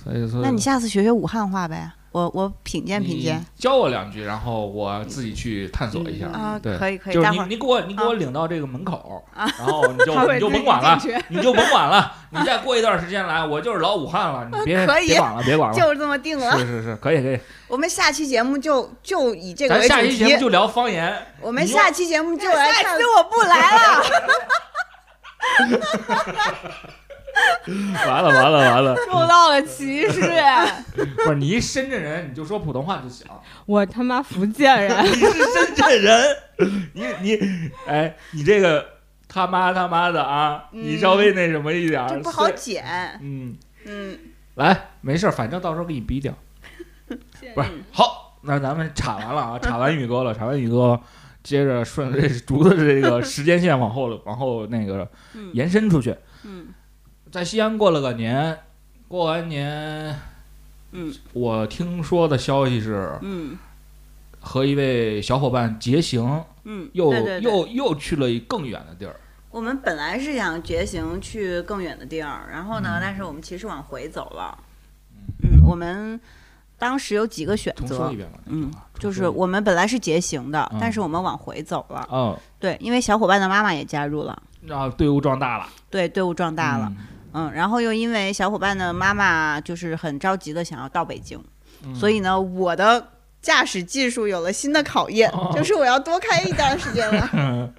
所以说，那你下次学学武汉话呗，我我品鉴品鉴你教我两句，然后我自己去探索一下。嗯啊，对可以可以，就是待你会，儿你给我，你给我领到这个门口，然后你就你就甭管 [LAUGHS] 他会了自己，进去你就甭管了，你再过一段时间来，我就是老武汉了，你别可以别管了，别管了，就是这么定了。是是是，可以可以，我们下期节目就就以这个咱为下主期节目题，就聊方言，我们你哎下期节目就来看下期我不来了。完了完了完了，受到了歧视，不是你一深圳人你就说普通话就 [LAUGHS] 行， [LAUGHS] 我他妈福建人，你 [LAUGHS] 是深圳人，你你哎，你这个他妈他妈的啊，你稍微那什么一点儿就，嗯不好虽剪，嗯。嗯，来，没事儿，反正到时候给你逼掉。不是，好，那咱们插完了啊，插完宇哥了，插完宇哥，接着顺着这竹子这个时间线往后往后那个嗯延伸出去。嗯，在西安过了个年，过完年，嗯，我听说的消息是嗯和一位小伙伴结行，嗯，又对对对又又去了一更远的地儿。我们本来是想觉醒去更远的地儿，然后呢嗯，但是我们其实往回走了。嗯，我们当时有几个选重说择一，遍吧，那嗯句话就重是说一遍我们本来是捷行的嗯，但是我们往回走了。哦，对，因为小伙伴的妈妈也加入了，然后队伍壮大了，对，队伍壮大了。嗯，然后又因为小伙伴的妈妈就是很着急的想要到北京，嗯，所以呢，我的驾驶技术有了新的考验，哦就是我要多开一段时间了。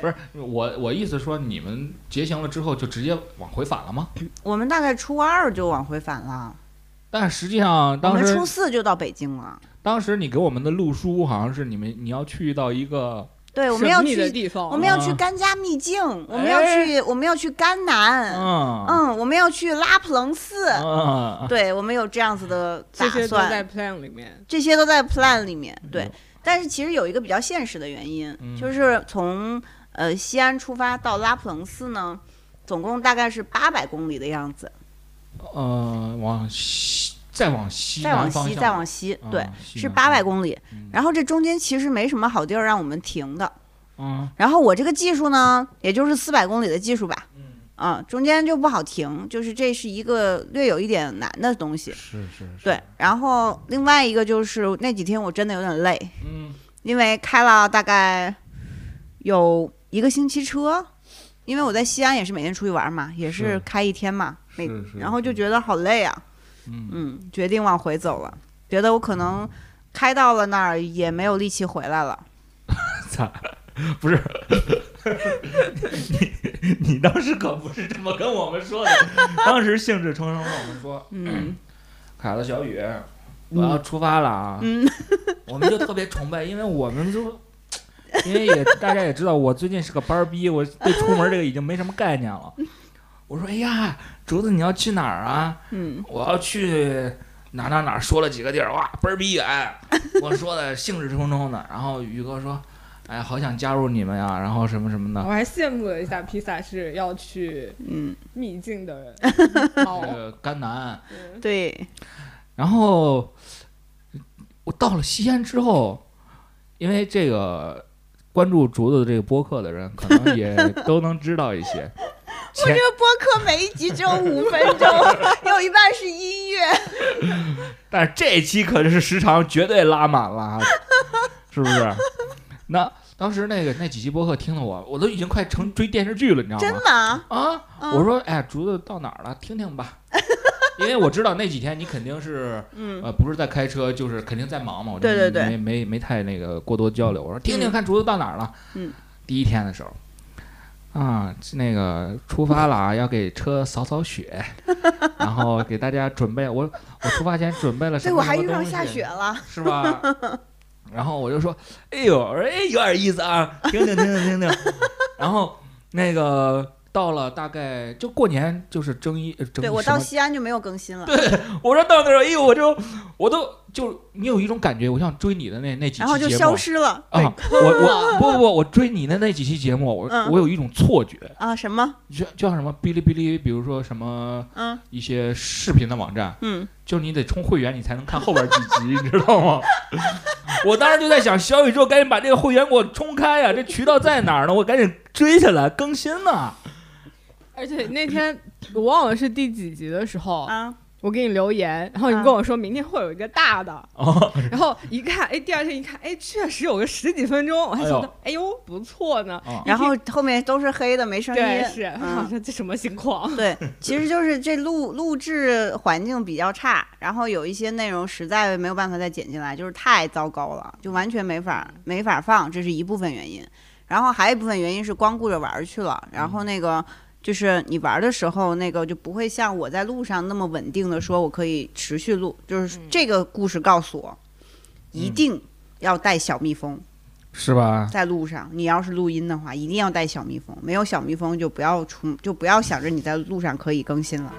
不是我，我意思说，你们结行了之后就直接往回返了吗？我们大概初二就往回返了，但实际上，我当们时初四就到北京了。当时你给我们的路书好像是你们你要去到一个对，哎我们要神秘的去，地方，我们要去啊哎甘家秘境，我们要去，我们要去甘南，嗯嗯，我们要去拉普楞寺， [LAUGHS] 嗯，对，我们有这样子的打这些都在算， plan 里面。这些都在 plan 里面，对嗯。但是其实有一个比较现实的原因，嗯就是从呃西安出发到拉普楞寺呢，总共大概是八百公里的样子，嗯呃，往西，再往西，再往南方西，向再往西，嗯对，西是南八百方公里嗯。然后这中间其实没什么好地儿让我们停的，嗯然后我这个技术呢，也就是四百公里的技术吧，嗯，啊，中间就不好停，就是这是一个略有一点难的东西。是是，是对，，然后另外一个就是那几天我真的有点累，嗯因为开了大概有一个星期车，因为我在西安也是每天出去玩嘛，也是是开一天嘛，每是是然后就是觉得好累啊，嗯嗯，决定往回走了，觉得我可能开到了那儿也没有力气回来了。不是，你你当时可不是这么跟我们说的，当时兴致冲冲跟我们说，嗯凯子小雨，我要出发了啊，嗯， [LAUGHS] 我们就特别崇拜，因为我们就。因为也大家也知道，我最近是个班儿逼，我对出门这个已经没什么概念了。我说：“哎呀，竹子，你要去哪儿啊？”嗯我要去哪儿哪儿哪儿说了几个地儿，哇，倍儿逼远。我 [LAUGHS] 说的兴致冲冲的，然后宇哥说：“哎，好想加入你们呀，然后什么什哦么我的。还羡慕了一下披萨是要去嗯，秘境的人，” [LAUGHS] 哦，呃，甘南，嗯对，然后我到了西安之后，因为这个关注竹子这个播客的人，可能也都能知道一些。 [LAUGHS] 前这个播客每一集只有五分 [LAUGHS] 钟，有一半是音乐。但是这一期可是时长绝对拉满了啊，是不是？那当时那个那几期播客听的我，我都已经快成追电视剧了，你知道真吗？的？啊，嗯我说哎，竹子到哪儿了？听听吧，因为我知道那几天你肯定是嗯，呃不是在开车，就是肯定在忙嘛。我就对对对没没没太那个过多交流。我说听听看竹子到哪儿了。嗯，第一天的时候。啊，那个出发了啊，要给车扫扫雪， [LAUGHS] 然后给大家准备。我我出发前准备了什对，么？我还遇上下雪，了。是吧？然后我就说，哎呦，我说哎，有点意思啊，听听听听听听。然后那个到了大概就过年，就是正一呃正对一我什么到西啊安就没有更新了。我说到那儿，哎呦，我就我都就你有一种感觉，我像追你的那那几期节然目，后就消失了。啊！我我不不不，我追你的那几期节目，我、嗯我有一种错觉，啊？什么？就就像什么哔哩哔哩，比如说什么嗯一些视频的网站，嗯，就是你得充会员，你才能看后边几集，你知道 [LAUGHS] 吗？我当时就在想，小宇宙赶紧把这个会员给我充开啊呀、这渠道在哪儿呢？我赶紧追起来更新呢、而且那天我忘了是第几集的时候，啊，我给你留言，然后你啊跟我说明天会有一个大的，哦，然后一看，哎，第二天一看，哎，确实有个十几分钟，我还想到，哎呦，不错呢。啊然后后面都是黑的，没声对，音。是，我嗯，说这什么情况？对，其实就是这录录制环境比较差，然后有一些内容实在没有办法再剪进来，就是太糟糕了，就完全没法没法放，这是一部分原因。然后还有一部分原因是光顾着玩儿去了，然后那个就是你玩儿的时候，那个就不会像我在路上那么稳定的说我可以持续录，就是这个故事告诉我，一嗯定要带小蜜蜂。是吧？在路上，你要是录音的话，一定要带小蜜蜂。没有小蜜蜂，就不要出，就不要想着你在路上可以更新了。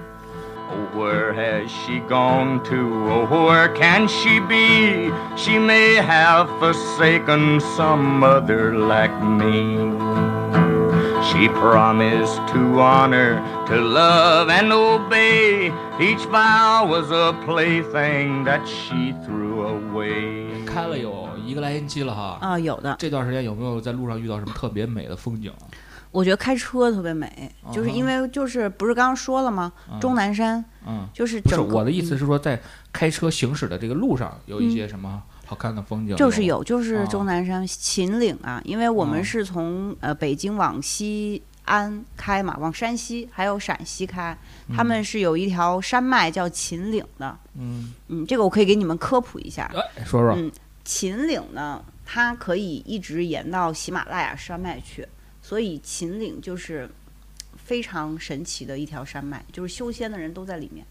Oh, where has she gone to? Oh, where can she be? She may have forsaken some other like me. She promised to honor, to love, and obey. Each vow was a plaything that she threw away. 开了有一个来星期了哈。啊、有的，这段时间有没有在路上遇到什么特别美的风景？啊我觉得开车特别美，就是因为就是不是刚刚说了吗？嗯终南山嗯，就是不是整个我的意思是说，在开车行驶的这个路上有一些什么好看的风景？嗯就是有有，就是哦终南山、秦岭啊，因为我们哦是从、呃北京往西安开嘛，往山西还有陕西开，他们是有一条山脉叫秦岭的。嗯，嗯，这个我可以给你们科普一下。哎，说说嗯秦岭呢，它可以一直延到喜马拉雅山脉去，所以秦岭就是非常神奇的一条山脉，就是修仙的人都在里面。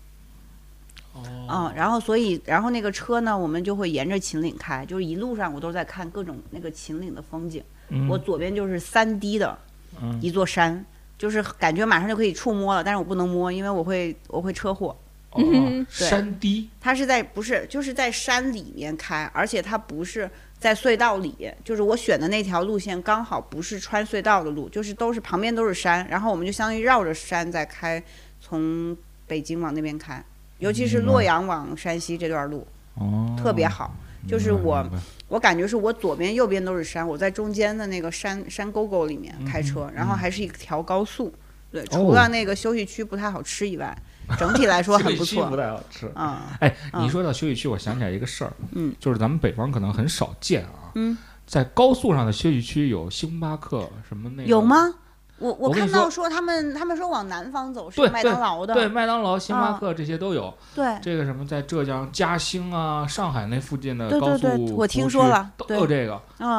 哦嗯，然后所以，然后那个车呢，我们就会沿着秦岭开，就是一路上我都在看各种那个秦岭的风景，嗯我左边就是三 D 的嗯一座山，就是感觉马上就可以触摸了，但是我不能摸，因为我会我会车祸。哦嗯山低它是在不是就是在山里面开，而且它不是在隧道里，就是我选的那条路线刚好不是穿隧道的路，就是都是旁边都是山，然后我们就相当于绕着山在开，从北京往那边开，尤其是嗯明白洛阳往山西这段路哦，特别好，就是明白我明白我感觉是我左边右边都是山，我在中间的那个山山沟沟里面嗯开车，然后还是一条高速，哦对，除了那个休息区不太好吃以外，整体来 [LAUGHS] 说很不不错，太好吃。嗯。哎，嗯你说到休息区，我想起来一个事儿，嗯，就是咱们北方可能很少见啊，嗯，在高速上的休息区有星巴克什么那个有？吗？我我我跟看你到说他们他们说往南方走是对有麦当劳的，对，麦当劳、星巴克这些都有。嗯对这个什么，在浙江嘉兴啊、上海那附近的对高对速对服务区，我听说了都对有这个。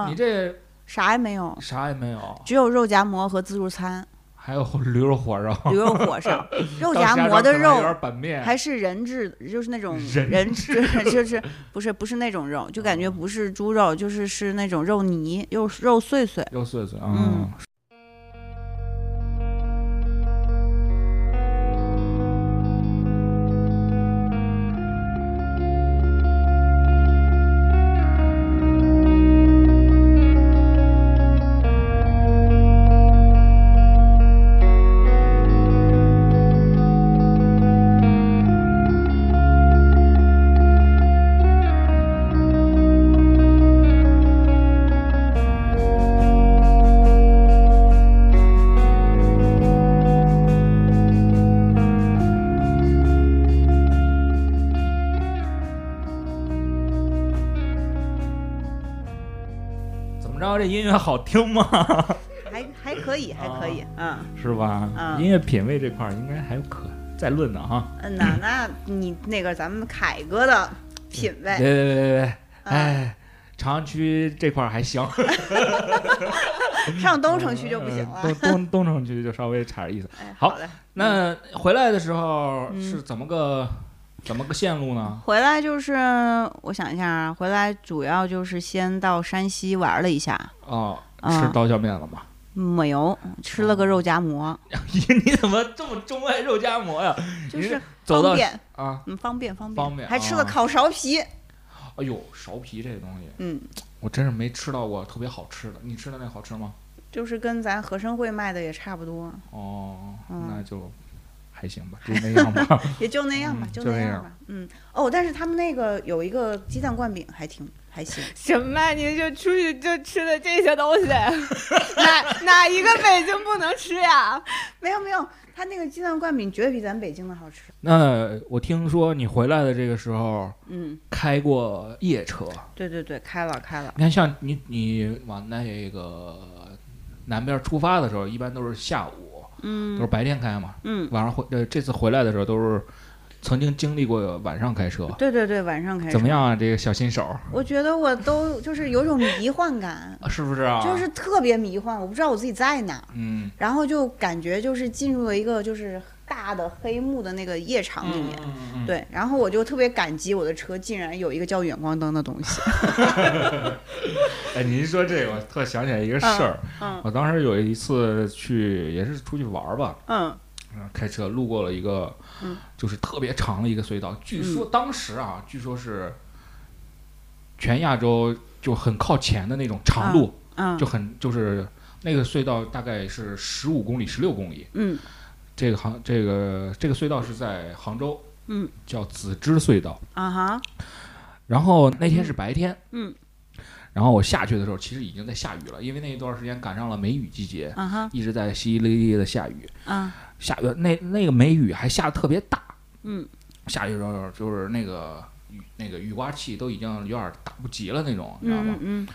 你嗯，这啥也没有，啥也没有，只有肉夹馍和自助餐、还有驴肉火烧，驴肉火 [LAUGHS] 烧、肉到夹家馍之后可的能有肉。点板面，还是人质，就是那种人人质， [LAUGHS] 就是不是不是那种肉，就感觉不是猪肉，就是是那种肉泥，肉肉碎碎。肉碎碎啊。嗯怎么着，这音乐好听吗？还还可以，还可哦以，嗯是吧？嗯音乐品味这块儿应该还可再论呢哈。嗯，那那你那个咱们凯哥的品别味，别别别别，嗯哎，朝阳区这块儿还行，嗯上东城区就不行了呃。东东东城区就稍微差点意思。哎，好嘞。那回来的时候嗯是怎么个怎么个线路呢？回来就是我想一下啊，回来主要就是先到山西玩了一下，哦，啊吃刀削面了吗？没有吃哦了个肉夹馍，你怎么这么钟爱肉夹馍呀？就你是是走方到便，啊，嗯，方便方便，方便还吃了啊烤苕皮，哎呦，苕皮这个东西，嗯，我真是没吃到过特别好吃的。你吃的那好吃吗？就是跟咱和生汇卖的也差不多，哦，嗯那就还行吧，就那样 [LAUGHS] 吧。也就那样吧，嗯就那那样样吧，嗯，哦，但是他们那个有一个鸡蛋灌饼还挺还 [LAUGHS] 行，什么？你就出去就吃的这些东西，哪哪一个北京不能吃啊呀？没有没有，他那个鸡蛋灌饼绝对比咱北京的好吃，那我听说你回来的这个时候嗯，开过夜车，对对对，开了开了，你看像你你往那个南边出发的时候，一般都是下午，都是嗯白天开嘛，嗯，晚上回呃这次回来的时候都是曾经经历过晚上开车，对对对，晚上开始怎么？样啊？这个小新手我觉得我都就是有种迷幻感，是不是 [LAUGHS] 啊？就是特别迷幻，我不知道我自己在哪儿，嗯，然后就感觉就是进入了一个就是大的黑幕的那个夜场里面。嗯，对，然后我就特别感激我的车竟然有一个叫远光灯的东 [LAUGHS] 西。哎，您说这个，我特想起来一个事儿， [LAUGHS] 嗯我当时有一次去也是出去玩儿吧，嗯然啊后开车路过了一个嗯，就是特别长的一个隧道，据说当时啊，据说是全亚洲就很靠前的那种长路，嗯就很就是那个隧道大概是十五公里、十六公里。嗯这个杭这个这个隧道是在杭州，嗯，叫紫芝隧道。啊哈然后那天是白天，嗯，然后我下去的时候，其实已经在下雨了，因为那一段时间赶上了梅雨季节，啊哈一直在淅淅沥沥的下雨，啊下雨那那个梅雨还下的特别大，嗯下雨的时候就是那个雨那个雨刮器都已经有点打不及了那种，你知道吗？嗯嗯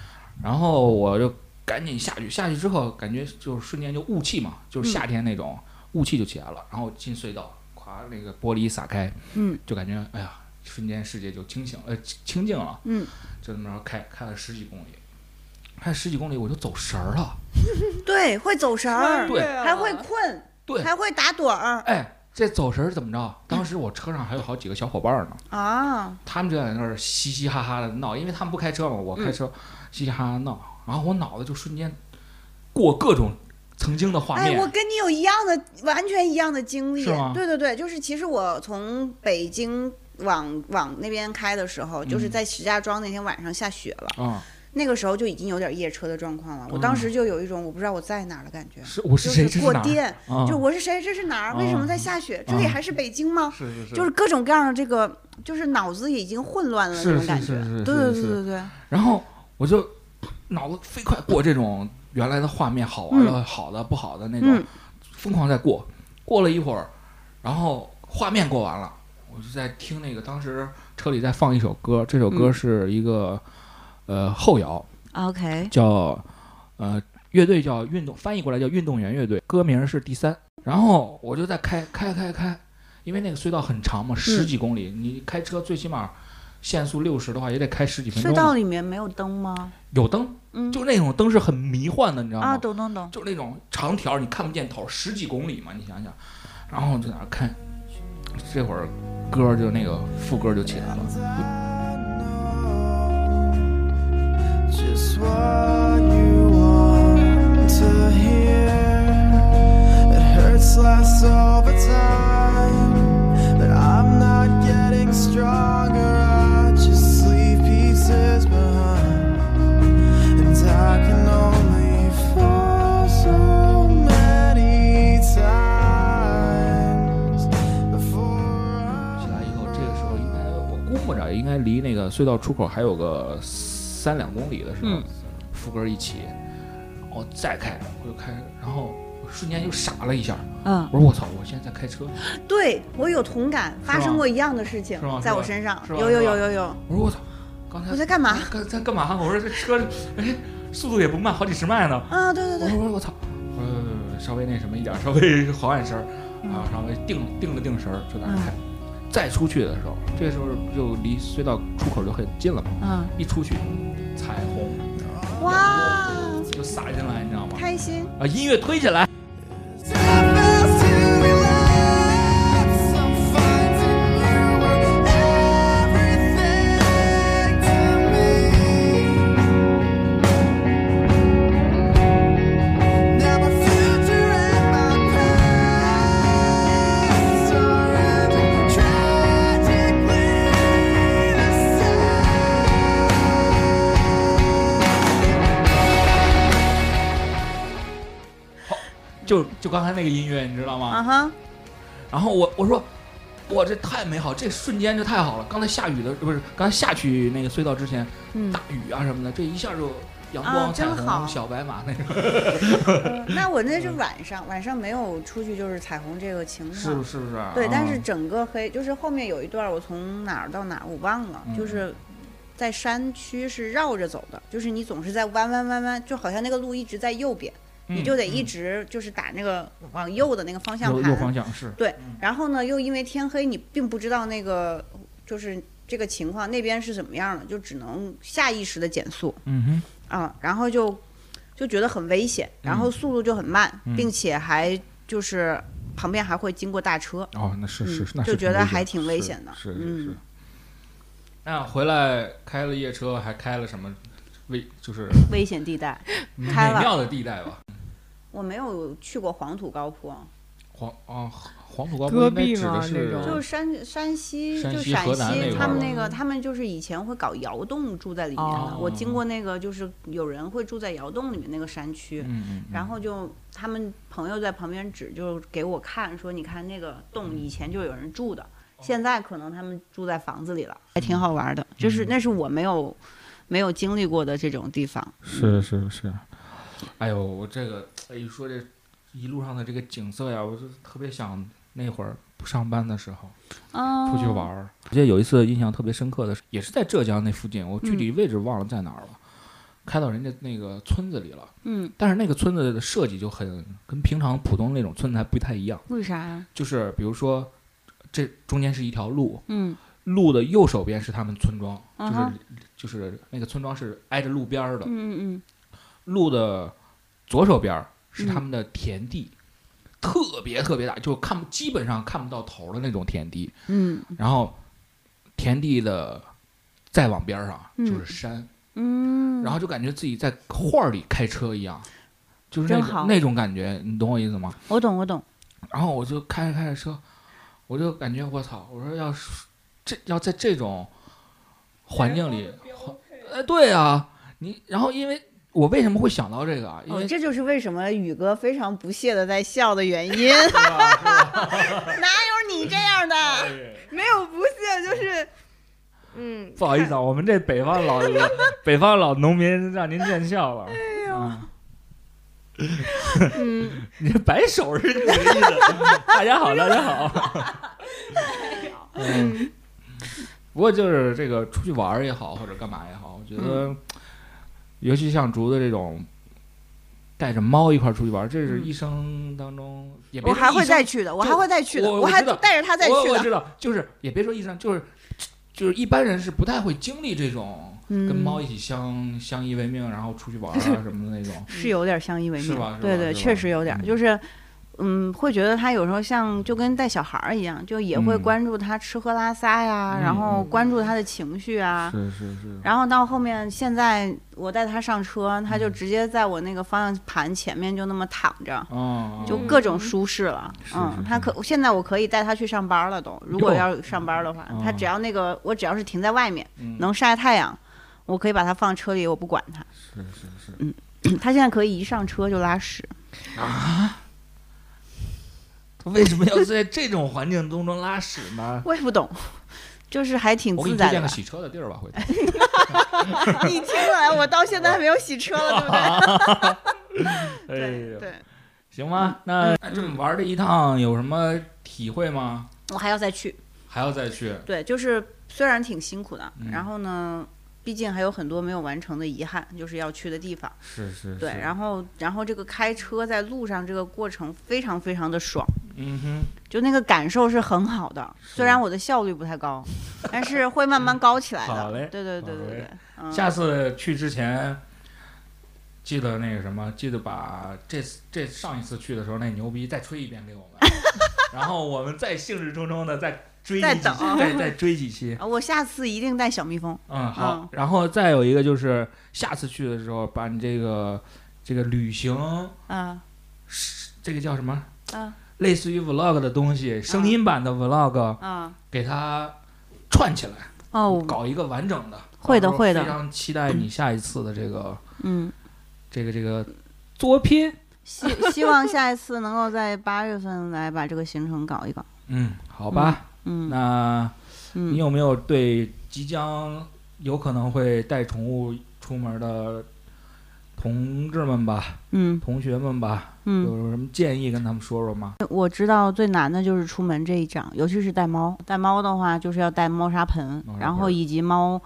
然后我就赶紧下去，下去之后感觉就是瞬间就雾气嘛，就是嗯夏天那种、雾气就起来了，然后进隧道，咵那个玻璃一撒开，嗯就感觉哎呀，瞬间世界就清醒呃清清静了，嗯就这么着开开了十几公里，开十几公里我就走神儿了，嗯，对，会走神儿，对啊还会困，对还会打盹儿哎。这走神儿怎么着？当时我车上还有好几个小伙伴儿呢，啊。他们就在那儿嗯嘻嘻哈哈的闹，因为他们不开车嘛，我开车，嘻嘻哈哈地闹。然后我脑子就瞬间过各种曾经的画哎，面我。跟你有一样的，完全一样的经历是吗。对对对，就是其实我从北京往往那边开的时候，就是嗯在石家庄那天晚上下雪了，啊、那个时候就已经有点夜车的状况了。我当时就有一种我不知道我在哪儿的感觉，嗯是我是就谁？这过哪儿？电，啊、就我是谁？这是哪儿？为什么在下雪？这里啊还是北京吗？是是是就是各种各样的这个，就是脑子已经混乱了是那种是感是觉是。是对对对是对对，然后我就脑子飞快过这种原来的画面，好玩的、好的、不好的那种，嗯疯狂在过。过了一会儿，然后画面过完了，我就在听那个当时车里在放一首歌，这首歌嗯是一个、呃后摇， ，OK，叫呃乐队叫运动，翻译过来叫运动员乐队，歌名是第三。然后我就在开开开开，因为那个隧道很长嘛，十嗯几公里，你开车最起码限速六十的话，也得开十几分隧钟道吧。里面没有灯吗？有灯，嗯，就那种灯是很迷幻的，你知道吗？啊，懂懂懂。就是那种长条，你看不见头，十几公里嘛，你想想。然后我就在那儿看，这会儿歌就那个副歌就起来了。 Just what you want to hear. It hurts less over time, but I'm not getting stronger. I just leave pieces behind, and I can only fall so many times before I. 起来以后，这个时候应该我估摸着应该离那个隧道出口还有个三两公里的时嗯候，副歌一起，然后再开，我就开，然后我瞬间就傻了一下，嗯，我说我操，我现在在开车，对我有同感，发吗生过一样的事情是吗，在是我吧身上是吧有有是吧有有有，我说我操，刚才我在干嘛刚才干嘛？我说这车，哎，速度也不慢，好几十迈呢。啊？对对我对，说我说我操，呃，稍微那什么一点，稍微缓眼神儿，嗯啊，稍微定定了定神儿，就在那开。再出去的时候，这时候就离隧道出口就很近了嘛。嗯，一出去，彩虹哇，就洒进来，你知道吗？开心。啊，音乐推起来，就就刚才那个音乐，你知道吗？[LAUGHS] 啊哈，然后我我说，哇，这太美好，这瞬间就太好了。刚才下雨的不是，刚才下去那个隧道之前，嗯大雨啊什么的，这一下就阳啊光、彩真好虹、小白马那种，嗯那我那是晚上，晚上没有出去，就是彩虹这个情是不况。是不是啊？对，但是整个黑就是后面有一段，我从哪儿到哪儿我忘了，嗯就是在山区是绕着走的，就是你总是在弯弯弯弯，就好像那个路一直在右边，嗯你就得一直就是打那个往右的那个方向右盘右，方向是然后呢，又因为天黑，你并不知道那个就是这个情况那边是怎么样的，就只能下意识的减速嗯啊，然后就就觉得很危险，然后速度就很慢，嗯并且还就是旁边还会经过大车，哼，哦，那是是嗯那是就觉得挺危险还挺危是险的是嗯是是。那回来开了夜车，还开了什么？危就是危险地带。美开了妙的地带吧？我没有去过黄土高坡，黄啊，黄土高坡戈应该壁指吗的是那种就是山山西，山就西陕河南那西，块他儿们吧嗯那个他们就是以前会搞窑洞住在里面的。哦我经过那个，就是有人会住在窑洞里面那个山区，嗯嗯，然后就他们朋友在旁边指，就是给我看，说你看那个洞以前就有人住的，现在可能他们住在房子里了，还挺好玩的。就是那是我没有没有经历过的这种地方。是是是，哎呦，我这个哎一说这一路上的这个景色呀，我就特别想那会儿不上班的时候嗯，出去玩。儿。我记得有一次印象特别深刻的是，也是在浙江那附近，我嗯具体位置忘了在哪儿了，开到人家那个村子里了。嗯，但是那个村子的设计就很跟平常普通那种村子还不太一样，为啥呀？就是比如说这中间是一条路，嗯路的右手边是他们村庄，就啊是、哈就是那个村庄是挨着路边儿的，嗯嗯路的左手边儿是嗯他们的田地，特别特别大，就看不基本上看不到头儿的那种田地。嗯嗯然后田地的再往边儿上嗯就是山，嗯，然后就感觉自己在画儿里开车一样，就是那真好种那种感觉，你懂我意思吗？我懂，我懂。然后我就开着开着车，我就感觉我操，我说要是这要在这种环境里，环呃，对啊，你然后因为我为什么会想到这个啊？因哦为，这就是为什么宇哥非常不屑的在笑的 [LAUGHS] 原因。哪有你这样的？没有不屑，就是嗯， [LAUGHS] 不好意思啊，我们这北方老 [LAUGHS] 北方老农民让您见笑了。啊，嗯，你这摆手是什 [LAUGHS] 么意思？大家好，大家好。嗯，不过就是这个出去玩儿也好，或者干嘛也好，我觉嗯得，尤其像竹子这种。带着猫一块儿出去玩儿，这是嗯一生当中也别我说还一会生再去的，我还会再去的，我还我知道带着他再去我我的。知道，就是也别说一生，就是就是一般人是不太会经历这种嗯跟猫一起相相依为命，然后出去玩儿啊什么的那种。是有点相依为是吧命是，对吧对，是吧确实有点儿，就是，嗯，会觉得他有时候像就跟带小孩儿一样，就也会嗯关注他吃喝拉撒呀，嗯然后嗯关注他的情绪 [LAUGHS] 啊。是是是，然后到后面，现在我带他上车，他嗯就直接在我那个方向盘前面就那么躺着，嗯，就嗯各种舒适了。是嗯是，他可现在我可以带他去上班了都，如果哟要上班的话哦，他只要那个我只要是停在外面嗯能晒太阳，我可以把它放车里，我不管它。是是是， [CLEARS THROAT] 他现在可以一上车就拉屎，？他 [LAUGHS] 为什么要在这种环境当中拉屎呢我也不懂， [LAUGHS] 就是还挺我给自你推在荐的个吧。洗车的地儿吧，回头。 [LAUGHS] 你听出来，我到现在还没有洗车了，对不 [LAUGHS] 对？ [LAUGHS] 哎对呦，对，嗯行吗？那这么玩儿这一趟有什么体会吗？我还要再去。还要再去？对，就是虽然挺辛苦的，嗯然后呢，毕竟还有很多没有完成的遗憾，就是要去的地方。是是对，然后然后这个开车在路上这个过程非常非常的爽，嗯哼，就那个感受是很好的。虽然我的效率不太 [LAUGHS] 高，但是会慢慢高起来好的。嘞对对对好对嘞对，嗯，下次去之前，记得那个什么，记得把这次这上一次去的时候那牛逼再吹一遍给我 [LAUGHS] 们，然后我们再兴致冲冲的再追再一期，等 [LAUGHS] 再再追几期。啊我下次一定带小蜜蜂。嗯，好。嗯然后再有一个就是下次去的时候，把你这个这个旅行啊是这个叫什么？啊类似于 vlog 的东西，嗯声音版的 vlog 啊！给它串起来，哦，搞一个完整的。会的到时候会的非常期待你下一次的这个嗯，这个这个作品。希希望下一次能够在八月份来把这个行程搞一搞。嗯，好吧，嗯那你嗯，有没有对即将有可能会带宠物出门的同志们吧、嗯同学们吧，嗯，有什么建议跟他们说说吗？我知道最难的就是出门这一仗，尤其是带猫。带猫的话，就是要带猫砂盆猫砂，盆然后以及猫。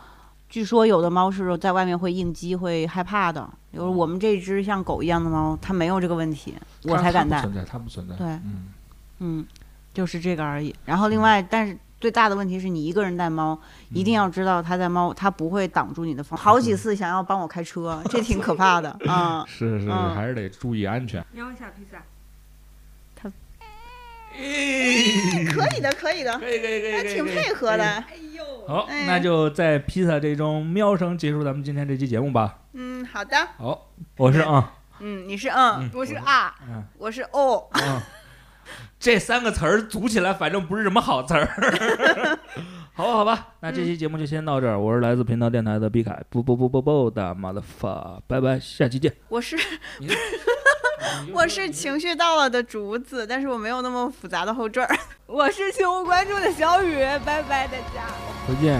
据说有的猫是在外面会应激、会害怕的，就是我们这只像狗一样的猫，它没有这个问题，我它才敢它不带。存在，它不存在。对嗯，。嗯，就是这个而已。然后另外，但是最大的问题是你一个人带猫，一定要知道它在猫，它不会挡住你的方。好几次想要帮我开车，这挺可怕的 [LAUGHS] 啊是是是，嗯还是得注意安全。瞄一下披萨，可以的，可以的，可以可以可以可以，挺配合的。哎呦，好，哎那就在披萨这中喵声结束咱们今天这期节目吧。嗯，好的。好，我是啊，嗯，你是嗯，嗯我是啊，嗯我是哦。嗯，这三个词儿组起来，反正不是什么好词 [LAUGHS] 儿。好吧，好吧，嗯那这期节目就先到这儿。我是来自频道电台的毕凯，不不不不不的妈的发，拜拜，下期见。我 [LAUGHS] 是我是情绪到了的竹子，但是我没有 [LAUGHS] 那么复杂的后缀儿。我是请勿关注的小雨，拜拜大家。回见。